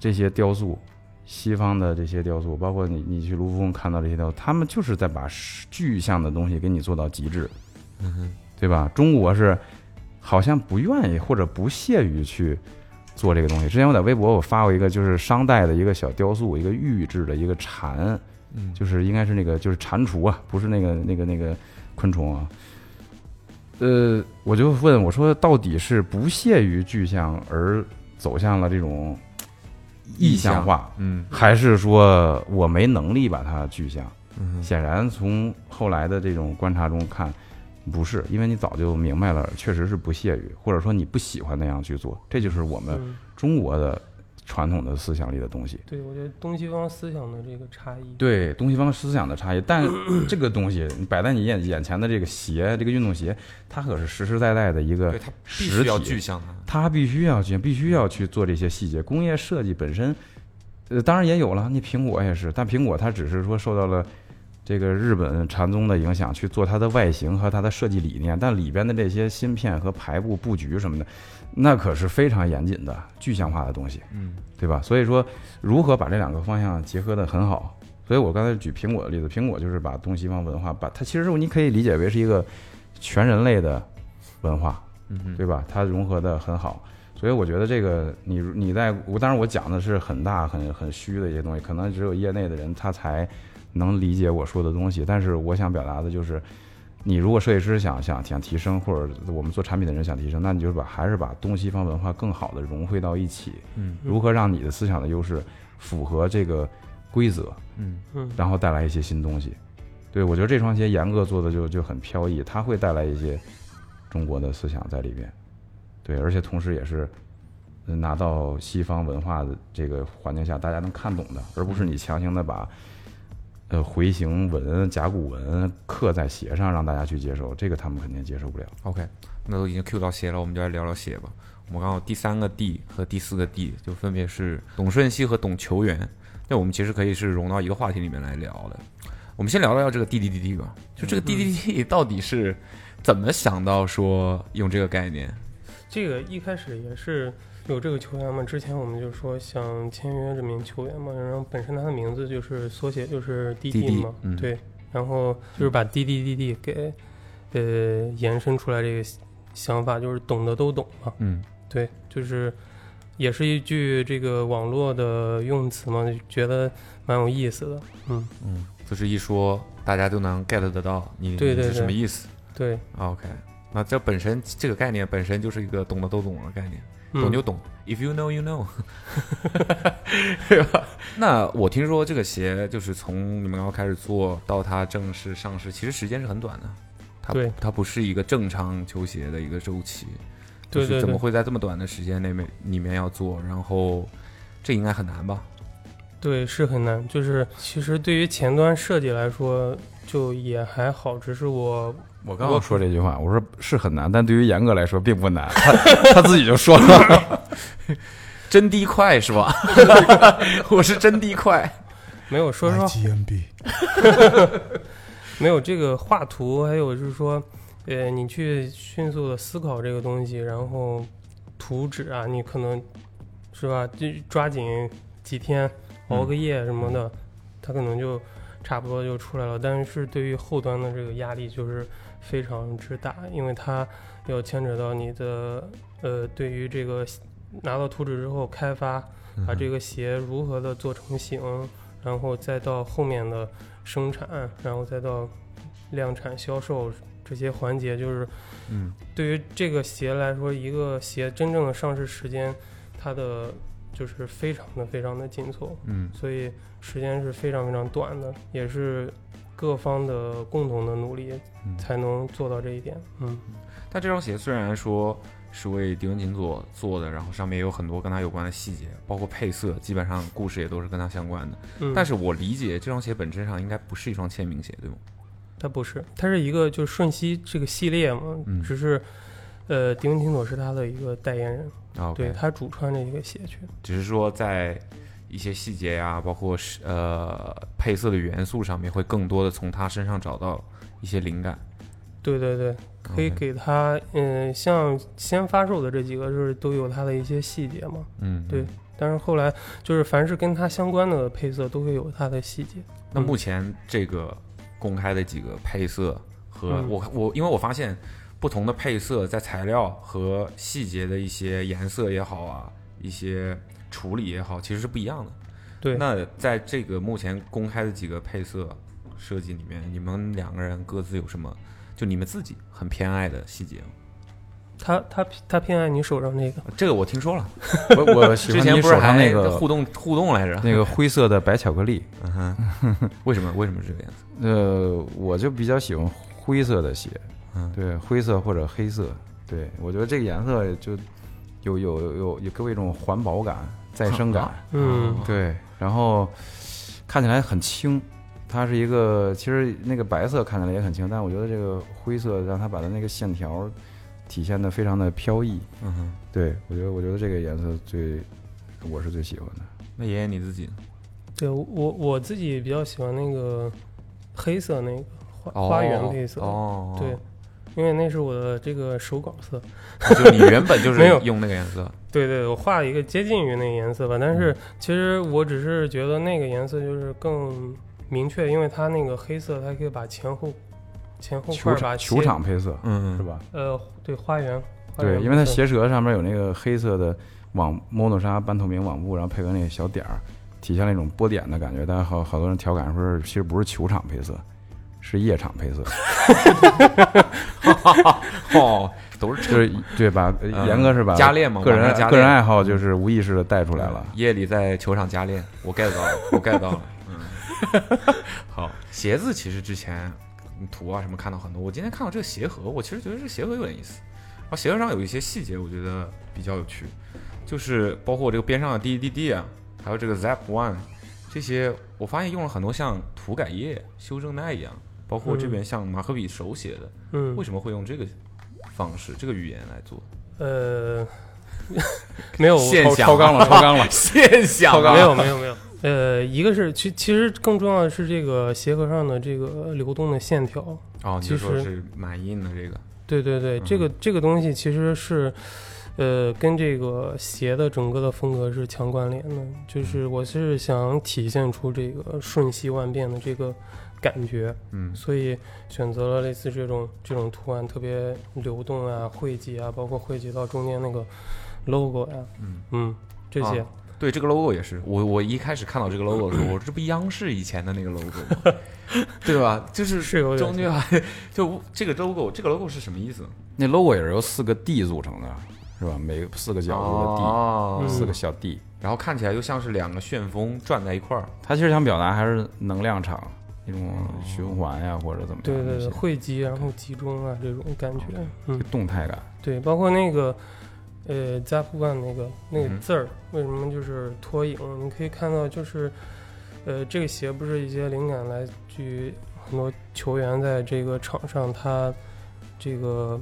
Speaker 2: 这些雕塑，西方的这些雕塑，包括你你去卢浮宫看到这些雕塑，他们就是在把具象的东西给你做到极致，
Speaker 3: 嗯哼
Speaker 2: 对吧？中国是好像不愿意或者不屑于去做这个东西。之前我在微博我发过一个，就是商代的一个小雕塑，一个玉制的一个蝉，
Speaker 3: 嗯，
Speaker 2: 就是应该是那个就是蟾蜍啊，不是那个那个那个昆虫啊。呃，我就问我说，到底是不屑于具象而走向了这种意象化，
Speaker 3: 嗯
Speaker 2: 还是说我没能力把它具象？
Speaker 3: 嗯哼
Speaker 2: 显然从后来的这种观察中看，不是，因为你早就明白了，确实是不屑于，或者说你不喜欢那样去做，这就是我们
Speaker 4: 嗯，
Speaker 2: 中国的传统的思想里的东西。
Speaker 4: 对，我觉得东西方思想的这个差异，
Speaker 2: 对东西方思想的差异，但这个东西你摆在你眼眼前的这个鞋，这个运动鞋，它可是实实在在的一个
Speaker 3: 对，它必
Speaker 2: 实
Speaker 3: 须要
Speaker 2: 体
Speaker 3: 具象啊，
Speaker 2: 它必须要去，必须要去做这些细节。工业设计本身，呃，当然也有了，那苹果也是，但苹果它只是说受到了这个日本禅宗的影响，去做它的外形和它的设计理念，但里边的这些芯片和排布布局什么的，那可是非常严谨的具象化的东西，
Speaker 3: 嗯
Speaker 2: 对吧？所以说，如何把这两个方向结合的很好？所以我刚才举苹果的例子，苹果就是把东西方文化，把它其实你可以理解为是一个全人类的文化，
Speaker 3: 嗯哼
Speaker 2: 对吧？它融合的很好，所以我觉得这个你你在我当然我讲的是很大很很虚的一些东西，可能只有业内的人他才能理解我说的东西。但是我想表达的就是，你如果设计师想想想提升，或者我们做产品的人想提升，那你就是把还是把东西方文化更好的融汇到一起，
Speaker 3: 嗯
Speaker 2: 如何让你的思想的优势符合这个规则，
Speaker 3: 嗯
Speaker 4: 嗯，
Speaker 2: 然后带来一些新东西。对，我觉得这双鞋严格做的就就很飘逸，它会带来一些中国的思想在里边。对，而且同时也是呃拿到西方文化的这个环境下大家能看懂的，而不是你强行的把呃回形纹、甲骨文刻在鞋上让大家去接受，这个他们肯定接受不了。
Speaker 3: ，OK，那都已经 Q 到鞋了，我们就来聊聊鞋吧。我们刚好第三个 D 和第四个 D 就分别是懂瞬息和懂球员，那我们其实可以是融到一个话题里面来聊的。我们先聊聊这个 DDDD 吧，就这个 DDDD 到底是怎么想到说用这个概念？
Speaker 4: 这个呃一开始也是有这个球员嘛，之前我们就说想签约这名球员嘛，然后本身他的名字就是缩写就是
Speaker 3: 滴
Speaker 4: DD 嘛，
Speaker 3: 嗯
Speaker 4: 对，然后就是把 DDDD 给呃延伸出来这个想法，就是懂的都懂嘛，
Speaker 3: 嗯
Speaker 4: 对，就是也是一句这个网络的用词嘛，就觉得蛮有意思的，嗯，
Speaker 3: 嗯，就是一说大家都能 get 得到你
Speaker 4: 对对
Speaker 3: 你是什么
Speaker 4: 对
Speaker 3: 意思。
Speaker 4: 对，
Speaker 3: OK，那这本身这个概念本身就是一个懂的都懂的概念。懂
Speaker 4: 嗯
Speaker 3: 就懂、i f you know you know，对吧？那我听说这个鞋就是从你们刚刚开始做到它正式上市，其实时间是很短的，它
Speaker 4: 对
Speaker 3: 它不是一个正常球鞋的一个周期，就
Speaker 4: 对
Speaker 3: 是
Speaker 4: 对
Speaker 3: 怎么
Speaker 4: 对。
Speaker 3: 会在这么短的时间内面里面要做？然后这应该很难吧？
Speaker 4: 对，是很难。就是其实对于前端设计来说，就也还好，只是我
Speaker 2: 我刚刚说这句话，我说是很难，但对于严格来说并不难，他他自己就说了。
Speaker 3: 真滴快是 吧？我是真滴快，
Speaker 4: 没有说实话，
Speaker 5: ，IGMB
Speaker 4: 没有这个画图，还有就是说，呃，你去迅速的思考这个东西，然后图纸啊，你可能是吧，就抓紧几天熬个夜什么的，它可能就差不多就出来了。但是对于后端的这个压力就是非常之大，因为它要牵扯到你的呃，对于这个拿到图纸之后开发，把
Speaker 2: 嗯
Speaker 4: 这个鞋如何的做成型，然后再到后面的生产，然后再到量产销售这些环节，就是
Speaker 2: 嗯，
Speaker 4: 对于这个鞋来说，一个鞋真正的上市时间，它的就是非常的非常的紧凑，
Speaker 2: 嗯
Speaker 4: 所以时间是非常非常短的，也是各方的共同的努力
Speaker 2: 嗯
Speaker 4: 才能做到这一点。嗯，
Speaker 3: 但这双鞋虽然说是为迪文琴做做的，然后上面也有很多跟他有关的细节，包括配色，基本上故事也都是跟他相关的。
Speaker 4: 嗯
Speaker 3: 但是我理解这双鞋本质上应该不是一双签名鞋，对吗？
Speaker 4: 它不是，它是一个就是顺熙这个系列嘛，
Speaker 3: 嗯
Speaker 4: 只是呃，迪文琴佐是它的一个代言人，
Speaker 3: 啊，
Speaker 4: 对他主穿这一个鞋去。
Speaker 3: 只是说在一些细节呀、包括是呃配色的元素上面，会更多的从他身上找到一些灵感。
Speaker 4: 对对对，可以
Speaker 3: OK，
Speaker 4: 给他，嗯、像先发售的这几个就是都有它的一些细节嘛，
Speaker 3: 嗯，
Speaker 4: 对但是后来就是凡是跟它相关的配色都会有它的细节。
Speaker 3: 那
Speaker 4: 嗯
Speaker 3: 目前这个公开的几个配色和、
Speaker 4: 嗯
Speaker 3: 我我，因为我发现不同的配色在材料和细节的一些颜色也好啊，一些处理也好，其实是不一样的。
Speaker 4: 对，
Speaker 3: 那在这个目前公开的几个配色设计里面，你们两个人各自有什么？就你们自己很偏爱的细节吗？
Speaker 4: 他他他偏爱你手上那个，
Speaker 3: 这个我听说了，
Speaker 2: 我 我喜
Speaker 3: 之
Speaker 2: 欢
Speaker 3: 前
Speaker 2: 你
Speaker 3: 不是
Speaker 2: 手上
Speaker 3: 还
Speaker 2: 那个
Speaker 3: 互动互动来着？
Speaker 2: 那个灰色的白巧克力，
Speaker 3: 嗯哼，为什么为什么是这个样子？
Speaker 2: 呃，我就比较喜欢灰色的鞋，
Speaker 3: 嗯
Speaker 2: 对，灰色或者黑色，对我觉得这个颜色就有有有有有给我一种环保感、再生 感，
Speaker 4: 嗯，
Speaker 2: 对，然后看起来很轻，它是一个其实那个白色看起来也很轻，但我觉得这个灰色让它把它那个线条体现的非常的飘逸，
Speaker 3: 嗯哼，
Speaker 2: 对我觉得我觉得这个颜色最我是最喜欢的，
Speaker 3: 那爷爷你自己呢
Speaker 4: 对我我自己比较喜欢那个黑色那个花、
Speaker 3: 哦
Speaker 4: 花园配色，
Speaker 3: 哦，
Speaker 4: 对，因为那是我的这个手稿色。
Speaker 3: 就你原本就
Speaker 4: 没
Speaker 3: 是
Speaker 4: 有
Speaker 3: 用那个颜色，
Speaker 4: 对对，我画了一个接近于那个颜色吧，但
Speaker 2: 嗯
Speaker 4: 是其实我只是觉得那个颜色就是更明确，因为它那个黑色，它可以把前后前后块
Speaker 2: 球
Speaker 4: 儿把
Speaker 2: 场
Speaker 4: 鞋
Speaker 2: 球场配色
Speaker 3: 嗯
Speaker 2: 是？吧？
Speaker 4: 呃对花园，花园
Speaker 3: 哎
Speaker 2: 对，因为它
Speaker 4: 部分
Speaker 2: 鞋舌上面有那个黑色的网 mono 纱半透明网布，然后配合那个小点儿，体现了一种波点的感觉。但是好好多人调侃说，其实不是球场配色，是夜场配色，
Speaker 3: 哦，都是
Speaker 2: 就是对把
Speaker 3: 嗯
Speaker 2: 严格是把
Speaker 3: 加练嘛
Speaker 2: 个
Speaker 3: 晚上加
Speaker 2: 人
Speaker 3: 嗯练
Speaker 2: 个人爱好就是无意识的带出来了。
Speaker 3: 夜里在球场加练，我 get 到了，我 get 到了。嗯， 好，鞋子其实之前嗯图啊什么看到很多，我今天看到这个鞋盒，我其实觉得这鞋盒有点意思。然后鞋盒上有一些细节，我觉得比较有趣，就是包括这个边上的 DDD 啊，还有这个 Zap One 这些，我发现用了很多像涂改液、修正带一样，包括这边像马克笔手写的，
Speaker 4: 嗯
Speaker 3: 为什么会用这个方式、这个语言来做？
Speaker 4: 呃没有
Speaker 3: 现
Speaker 4: 我
Speaker 3: 象超纲了，超纲了， 现象啊
Speaker 4: 没有没有没有。呃，一个是其其实更重要的是这个鞋盒上的这个流动的线条，
Speaker 3: 哦，你
Speaker 4: 其
Speaker 3: 就说
Speaker 4: 实
Speaker 3: 是蛮硬的这个，
Speaker 4: 对对对，这个这个东西其实是，呃，跟这个鞋的整个的风格是强关联的。就是我是想体现出这个瞬息万变的这个感觉，
Speaker 3: 嗯
Speaker 4: 所以选择了类似这种这种图案，特别流动啊、汇集啊，包括汇集到中间那个 logo 呀、
Speaker 3: 嗯
Speaker 4: 嗯，这些。
Speaker 3: 啊对，这个 logo 也是我我一开始看到这个 logo 的 时候，我说这不央视以前的那个 logo 吗？ 对吧？就是
Speaker 4: 是有点
Speaker 3: 中间 就这个 logo，这个 logo 是什么意思？
Speaker 2: 那 logo 也是由四个 D 组成的，是吧？每四个角度的 D，、
Speaker 3: 哦
Speaker 4: 嗯
Speaker 2: 四个小 D。
Speaker 3: 然后看起来就像是两个旋风转在一块儿，
Speaker 2: 它其实想表达还是能量场一种循环呀，或者怎么样
Speaker 4: 对对
Speaker 2: 这
Speaker 4: 对，
Speaker 2: 些
Speaker 4: 汇集然后集中啊，这种感觉，嗯，
Speaker 2: 动态感。
Speaker 4: 对，包括那个呃 Zap One 那个那个
Speaker 3: 嗯
Speaker 4: 字儿，为什么就是脱影？你可以看到，就是呃这个鞋不是一些灵感来自于很多球员在这个场上他这个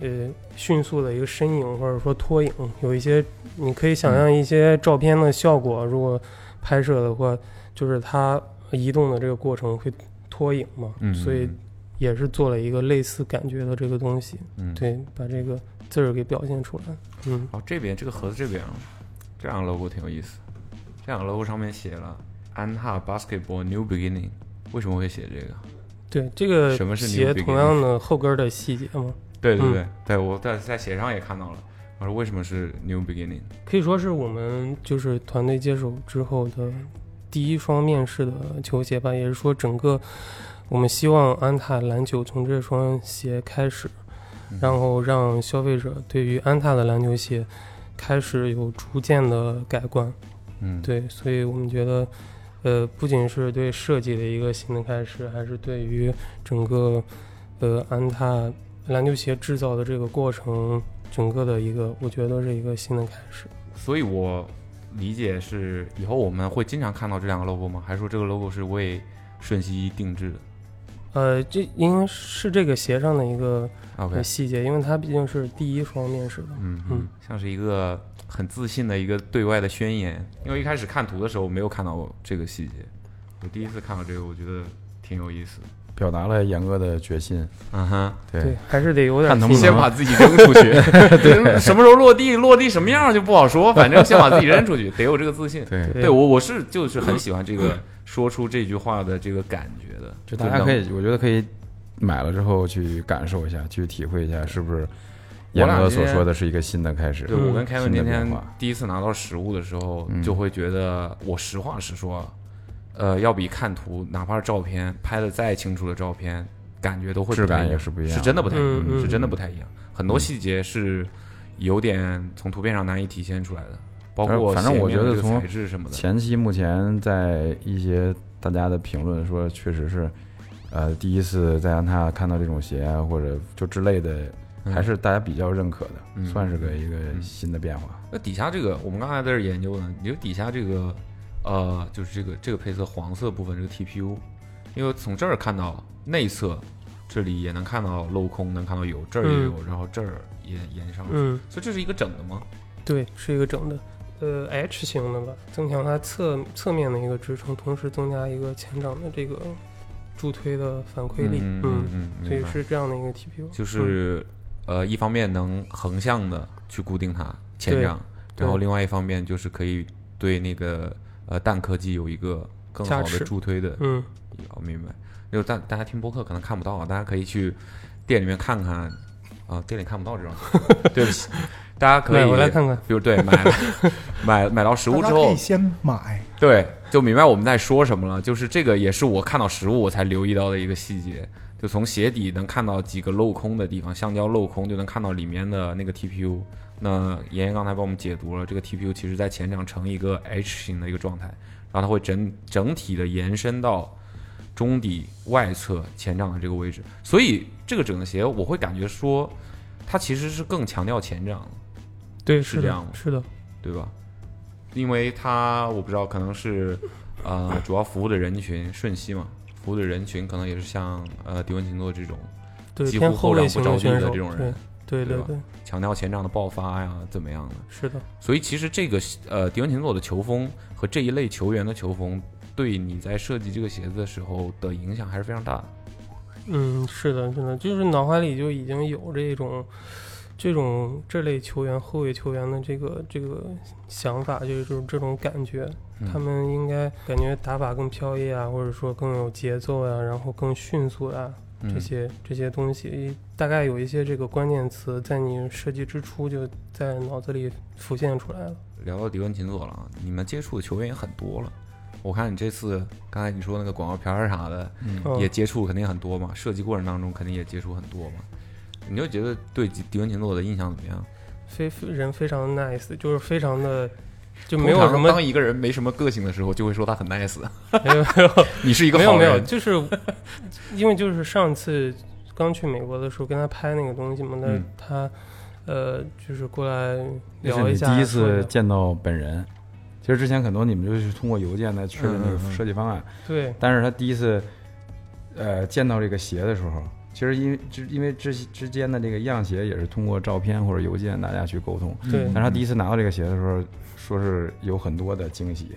Speaker 4: 呃迅速的一个身影或者说脱影，有一些你可以
Speaker 3: 嗯
Speaker 4: 想象一些照片的效果，如果拍摄的话，就是它移动的这个过程会脱影嘛，
Speaker 3: 嗯
Speaker 4: 所以也是做了一个类似感觉的这个东西，
Speaker 3: 嗯
Speaker 4: 对，把这个字儿给表现出来，嗯，
Speaker 3: 然后这边这个盒子这边，这样 logo 挺有意思。这两个 logo 上面写了安踏 Basketball New Beginning，为什么会写这个？
Speaker 4: 对，这个
Speaker 3: 什么是
Speaker 4: 鞋
Speaker 3: New Beginning？
Speaker 4: 同样的后跟儿的细节嘛，
Speaker 3: 对对
Speaker 4: 嗯
Speaker 3: 对、对，我在在写上也看到了。我说为什么是 New Beginning？
Speaker 4: 可以说是我们就是团队接手之后的第一双面世的球鞋吧，也是说整个我们希望安踏篮球从这双鞋开始，
Speaker 3: 嗯
Speaker 4: 然后让消费者对于安踏的篮球鞋开始有逐渐的改观。
Speaker 3: 嗯，
Speaker 4: 对，所以我们觉得，呃，不仅是对设计的一个新的开始，还是对于整个呃安踏篮球鞋制造的这个过程，整个的一个，我觉得是一个新的开始。
Speaker 3: 所以我理解是以后我们会经常看到这两个 logo 吗？还是说这个 logo 是为瞬息定制的
Speaker 4: 呃，这应该是这个鞋上的一个
Speaker 3: ？OK，
Speaker 4: 呃细节，因为它毕竟是第一双面试的。
Speaker 3: 嗯
Speaker 4: 嗯，
Speaker 3: 像是一个很自信的一个对外的宣言。因为一开始看图的时候没有看到这个细节，我第一次看到这个，我觉得挺有意思的。
Speaker 2: 表达了严哥的决心。
Speaker 3: 嗯哼，
Speaker 4: 对，还是得有点
Speaker 2: 看能不
Speaker 4: 信
Speaker 2: 能
Speaker 3: 先把自己扔出去，什么时候落地，落地什么样就不好说，反正先把自己扔出去，得有这个自信。
Speaker 2: 对，嗯
Speaker 4: 对
Speaker 3: 对我我是就是很喜欢 这个说出这句话的这个感觉的，
Speaker 2: 就大家可以，我觉得可以买了之后去感受一下，去体会一下，是不是严哥所说的是一个新的开始
Speaker 3: 对？我跟凯
Speaker 2: 嗯
Speaker 3: 文
Speaker 2: 新的
Speaker 3: 今天
Speaker 2: 变化
Speaker 3: 第一次拿到实物的时候，
Speaker 2: 嗯
Speaker 3: 就会觉得我实话实说，呃，要比看图，哪怕是照片拍的再清楚的照片，感觉都会
Speaker 2: 质
Speaker 3: 不太
Speaker 2: 感
Speaker 3: 一样
Speaker 2: 也是不一样
Speaker 3: 是真的不太一
Speaker 4: 嗯
Speaker 3: 样，
Speaker 4: 嗯
Speaker 3: 是真的不太一样。很
Speaker 2: 嗯
Speaker 3: 多细节是有点从图片上难以体现出来的，包括
Speaker 2: 呃反正我
Speaker 3: 鞋面
Speaker 2: 觉得
Speaker 3: 的这个
Speaker 2: 从
Speaker 3: 材质什么的，
Speaker 2: 前期目前在一些大家的评论说，确实是，呃，第一次在安踏看到这种鞋啊，或者就之类的，
Speaker 3: 嗯
Speaker 2: 还是大家比较认可的，
Speaker 3: 嗯
Speaker 2: 算是个一个
Speaker 3: 嗯
Speaker 2: 新的变化。
Speaker 3: 那底下这个，我们刚才在这儿研究呢，你就底下这个，呃，就是这个这个配色黄色部分这个 TPU，因为从这儿看到内侧，这里也能看到镂空，能看到有这儿也有，然后这儿也延上，
Speaker 4: 嗯，
Speaker 3: 所以这是一个整的吗？
Speaker 4: 对，是一个整的，呃，H 型的吧，增强它侧侧面的一个支撑，同时增加一个前掌的这个助推的反馈力，
Speaker 3: 嗯
Speaker 4: 嗯，
Speaker 3: 嗯嗯，
Speaker 4: 所
Speaker 3: 明
Speaker 4: 以
Speaker 3: 白
Speaker 4: 是嗯这样的一个 TPU，
Speaker 3: 就是、呃，一方面能横向的去固定它前
Speaker 4: 对
Speaker 3: 掌，然后
Speaker 4: 对
Speaker 3: 另外一方面就是可以对那个呃氮科技有一个更
Speaker 4: 加
Speaker 3: 好的
Speaker 4: 持
Speaker 3: 助推的
Speaker 4: 嗯，
Speaker 3: 我明白。就是大大家听播客可能看不到，啊，大家可以去店里面看看啊，店里看不到这种，对不起，大家可
Speaker 4: 买
Speaker 3: 以
Speaker 4: 回来看看，
Speaker 3: 比如对买了买买到实物之
Speaker 5: 大家可
Speaker 3: 后
Speaker 5: 以，先买，
Speaker 3: 对，就明白我们在说什么了。就是这个也是我看到实物我才留意到的一个细节，就从鞋底能看到几个镂空的地方，橡胶镂空就能看到里面的那个 TPU。那妍妍刚才帮我们解读了，这个 TPU 其实在前掌呈一个 H 型的一个状态，然后它会整整体的延伸到中底外侧前掌的这个位置。所以这个整个鞋我会感觉说，它其实是更强调前掌的。
Speaker 4: 对，
Speaker 3: 是
Speaker 4: 是
Speaker 3: 这
Speaker 4: 的
Speaker 3: 样吗
Speaker 4: 是的，
Speaker 3: 对吧？因为它我不知道，可能是呃，主要服务的人群瞬息嘛，服务的人群可能也是像呃迪文琴诺这种
Speaker 4: 对，
Speaker 3: 几
Speaker 4: 偏
Speaker 3: 乎
Speaker 4: 后
Speaker 3: 后
Speaker 4: 卫
Speaker 3: 仰
Speaker 4: 型
Speaker 3: 不着地
Speaker 4: 选
Speaker 3: 的
Speaker 4: 手，
Speaker 3: 这种人，
Speaker 4: 对
Speaker 3: 对
Speaker 4: 对
Speaker 3: 吧
Speaker 4: 对，
Speaker 3: 强调前掌的爆发呀，怎么样的？
Speaker 4: 是的，
Speaker 3: 所以其实这个呃迪文琴诺的球风和这一类球员的球风，对你在设计这个鞋子的时候的影响还是非常大的。
Speaker 4: 嗯，是的，真的，就是脑海里就已经有这种。这种这类球员、后卫球员的这个这个想法，就是这种这种感觉，
Speaker 3: 嗯
Speaker 4: 他们应该感觉打法更飘逸啊，或者说更有节奏呀、然后更迅速啊，
Speaker 3: 嗯
Speaker 4: 这些这些东西，大概有一些这个关键词在你设计之初就在脑子里浮现出来了。
Speaker 3: 聊到迪文琴佐了，啊，你们接触的球员也很多了。我看你这次刚才你说那个广告片儿啥的，
Speaker 4: 嗯
Speaker 3: 也接触肯定很多嘛，设计过程当中肯定也接触很多嘛。你就觉得对迪迪文琴诺的印象怎么样？
Speaker 4: 非非人非常 nice，就是非常的，就
Speaker 3: 通
Speaker 4: 没有
Speaker 3: 常
Speaker 4: 什么
Speaker 3: 当一个人没什么个性的时候，就会说他很 nice，
Speaker 4: 没有没有
Speaker 3: 你是一个
Speaker 4: 没有
Speaker 3: 好
Speaker 4: 没有，
Speaker 3: 人。
Speaker 4: 就是因为就是上次刚去美国的时候跟他拍那个东西嘛，那
Speaker 3: 嗯
Speaker 4: 他呃就是过来
Speaker 2: 这
Speaker 4: 聊
Speaker 2: 是
Speaker 4: 一
Speaker 2: 你
Speaker 4: 下，
Speaker 2: 第一
Speaker 4: 说
Speaker 2: 次
Speaker 4: 聊
Speaker 2: 见到本人。其实之前很多你们就是通过邮件来确认那
Speaker 3: 嗯嗯
Speaker 2: 个
Speaker 3: 嗯
Speaker 2: 设计方案，
Speaker 4: 对
Speaker 2: 但是他第一次，呃，见到这个鞋的时候，其实因为之因为之之间的这个样鞋也是通过照片或者邮件大家去沟通，
Speaker 4: 对
Speaker 2: 但是他第一次拿到这个鞋的时候，说是有很多的惊喜，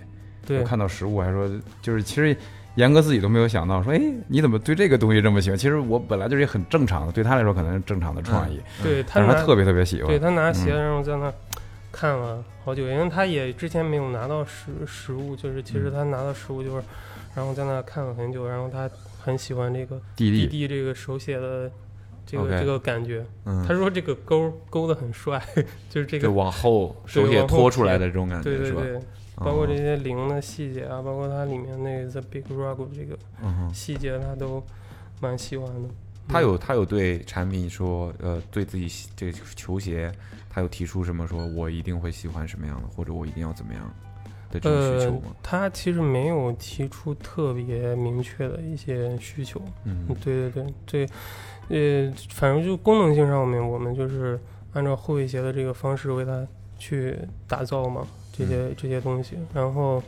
Speaker 4: 对
Speaker 2: 我看到实物还说，就是其实严哥自己都没有想到，说哎，你怎么对这个东西这么喜欢？其实我本来就是一个很正常的，对他来说可能是正常的创意，
Speaker 4: 嗯对，他
Speaker 2: 但是他
Speaker 4: 拿
Speaker 2: 特别特别喜欢
Speaker 4: 对。他拿鞋，然后在那儿看了好久，因为他也之前没有拿到实实物，就是其实他拿到实物就是，然后在那看了很久，然后他很喜欢这个
Speaker 2: 地
Speaker 4: 弟
Speaker 2: 利，
Speaker 4: 弟这个手写的这个
Speaker 7: OK
Speaker 4: 这个感觉。
Speaker 3: 嗯
Speaker 4: 他，说这个勾勾的很帅， 就是这
Speaker 3: 就
Speaker 4: 个
Speaker 3: 往后手写拖出来的这种感
Speaker 4: 对
Speaker 3: 觉
Speaker 4: 对
Speaker 3: 是吧？嗯哦
Speaker 4: 对，包括这些零的细节啊，包括它里面那个 The Big Rock 这个
Speaker 3: 嗯哼，
Speaker 4: 细节，他都蛮喜欢的。
Speaker 3: 他有他有对产品说，呃，对自己喜这个球鞋，呃他有提出什么说，我一定会喜欢什么样的，或者我一定要怎么样的这种需求
Speaker 4: 呃
Speaker 3: 吗？，
Speaker 4: 他其实没有提出特别明确的一些需求。
Speaker 3: 嗯
Speaker 4: 嗯，对对对，对，呃，反正就功能性上面，我们就是按照后卫鞋的这个方式为它去打造嘛，这些、这些东西。然后，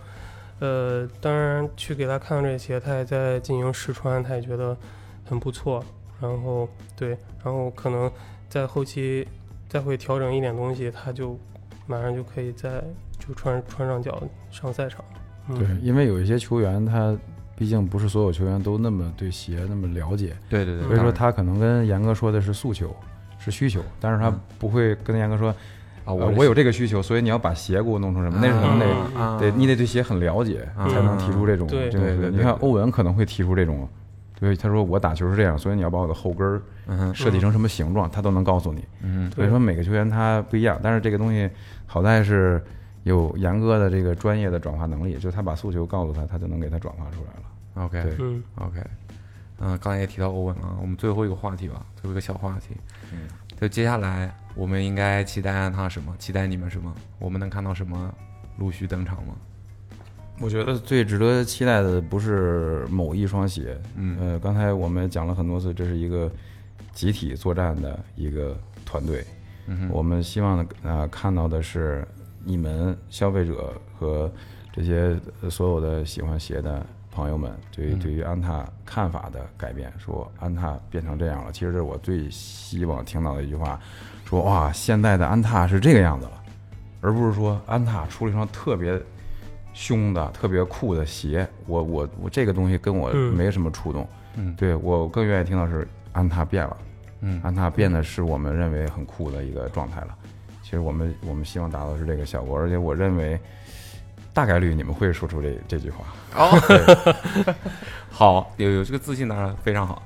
Speaker 4: 呃，当然去给他看这些鞋，他也在进行试穿，他也觉得很不错。然后对，然后可能在后期再会调整一点东西，他就马上就可以再就穿穿上脚上赛场。嗯、
Speaker 2: 对，因为有一些球员他毕竟不是所有球员都那么对鞋那么了解，
Speaker 3: 嗯
Speaker 7: 对对对，
Speaker 2: 所以说
Speaker 7: 当然
Speaker 2: 他可能跟严哥说的是诉求，是需求，但是他
Speaker 3: 嗯
Speaker 2: 不会跟严哥说
Speaker 3: 啊，
Speaker 2: 呃
Speaker 3: 我
Speaker 2: 我有这个需求，所以你要把鞋给我弄成什么，那是可能得
Speaker 4: 嗯
Speaker 3: 啊
Speaker 2: 得你得对鞋很了解，
Speaker 3: 嗯
Speaker 2: 才能提出这种
Speaker 4: 对
Speaker 2: 这种
Speaker 3: 对
Speaker 2: 东西
Speaker 3: 对对
Speaker 2: 你看
Speaker 3: 对
Speaker 2: 欧文可能会提出这种，对，他说我打球是这样，所以你要把我的后跟儿
Speaker 3: 嗯哼
Speaker 2: 设计成什么形状，他都能告诉你。
Speaker 3: 嗯
Speaker 2: 所以说每个球员他不一样，但是这个东西好在是有严哥的这个专业的转化能力，就他把诉求告诉他，他就能给他转化出来了。
Speaker 3: 哼，OK
Speaker 2: 对
Speaker 4: 嗯
Speaker 3: OK，嗯、刚才也提到欧文了，我们最后一个话题吧，最后一个小话题，
Speaker 2: 嗯，
Speaker 3: 就接下来我们应该期待他什么？期待你们什么？我们能看到什么陆续登场吗？
Speaker 2: 我觉得最值得期待的不是某一双鞋，
Speaker 3: 嗯
Speaker 2: 呃，刚才我们也讲了很多次，这是一个集体作战的一个团队，
Speaker 3: 嗯哼，
Speaker 2: 我们希望呃看到的是你们消费者和这些呃所有的喜欢鞋的朋友们对于
Speaker 3: 嗯
Speaker 2: 对于安踏看法的改变，说安踏变成这样了。其实这是我最希望听到的一句话，说哇，现在的安踏是这个样子了，而不是说安踏出了一双特别。凶的、特别酷的鞋，我我我这个东西跟我
Speaker 4: 嗯
Speaker 2: 没什么触动，
Speaker 3: 嗯
Speaker 2: 对啊我更愿意听到是安踏变了，
Speaker 3: 嗯
Speaker 2: 安踏变得是我们认为很酷的一个状态了。其实我们我们希望达到的是这个效果，而且我认为大概率你们会说出这这句话。
Speaker 3: 好，有有这个自信当然非常好。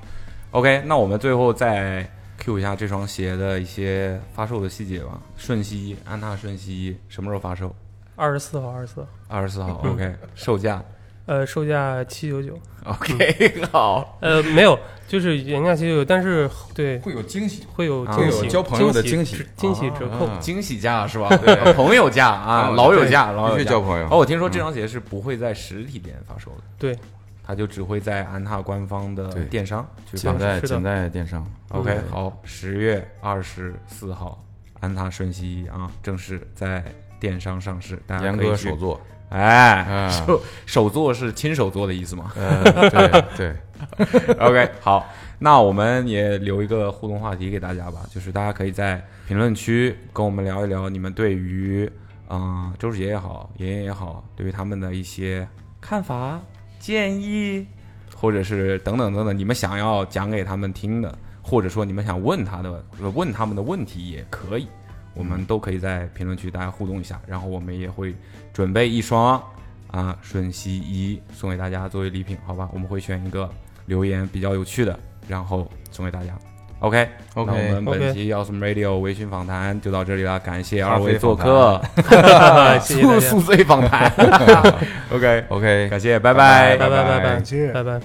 Speaker 3: OK，那我们最后再 Q 一下这双鞋的一些发售的细节吧。瞬息，安踏瞬息什么时候发售？
Speaker 4: 二十四号，二十四号，
Speaker 3: 二十四号。
Speaker 4: 嗯
Speaker 3: OK，售价。
Speaker 4: 呃，售价七九九。
Speaker 3: OK，好。
Speaker 4: 呃，没有，就是原价七九九，但是对
Speaker 2: 会有惊喜，
Speaker 4: 会有
Speaker 3: 啊
Speaker 4: 惊
Speaker 3: 会
Speaker 4: 喜，
Speaker 2: 有交朋友的惊
Speaker 4: 惊
Speaker 2: 喜
Speaker 4: 惊喜折扣。
Speaker 2: 啊
Speaker 3: 哦惊喜价 是吧？对，嗯朋友价啊，老友价，老友
Speaker 2: 必须
Speaker 3: 价。
Speaker 2: 交朋友
Speaker 3: 哦，我听说这双鞋是不会在实体店发售的，
Speaker 4: 对，
Speaker 3: 它就只会在安踏官方的
Speaker 2: 对
Speaker 3: 电商去发售
Speaker 2: 仅在
Speaker 4: 是的
Speaker 2: 仅在电商。
Speaker 3: OK，
Speaker 2: 嗯
Speaker 3: 好，十月二十四号，安踏瞬息啊，正式在电商上市，大家
Speaker 2: 严
Speaker 3: 可以
Speaker 2: 哥
Speaker 3: 去
Speaker 2: 手， 作，
Speaker 3: 哎，
Speaker 2: 啊
Speaker 3: 手手作是亲手做的意思吗
Speaker 2: 呃，对 对，
Speaker 3: ？OK，好，那我们也留一个互动话题给大家吧，就是大家可以在评论区跟我们聊一聊你们对于嗯、周世杰也好，妍妍也好，对于他们的一些看法、建议，或者是等等等等，你们想要讲给他们听的，或者说你们想问他的、呃问他们的问题也可以，我们都可以在评论区大家互动一下，然后我们也会准备一双啊瞬息一送给大家作为礼品，好吧？我们会选一个留言比较有趣的，然后送给大家。OK，
Speaker 2: OK，
Speaker 3: 那我们本
Speaker 4: OK
Speaker 3: 期 Awesome Radio 微醺访谈就到这里了，感谢
Speaker 2: 咖
Speaker 3: 二
Speaker 2: 啡
Speaker 3: 位做
Speaker 2: 访谈
Speaker 3: 客，啊
Speaker 4: 谢谢 大家
Speaker 3: 宿醉访谈。OK，
Speaker 2: OK，
Speaker 3: 感谢，拜拜，
Speaker 4: 拜拜拜
Speaker 5: 感 谢
Speaker 4: 拜拜。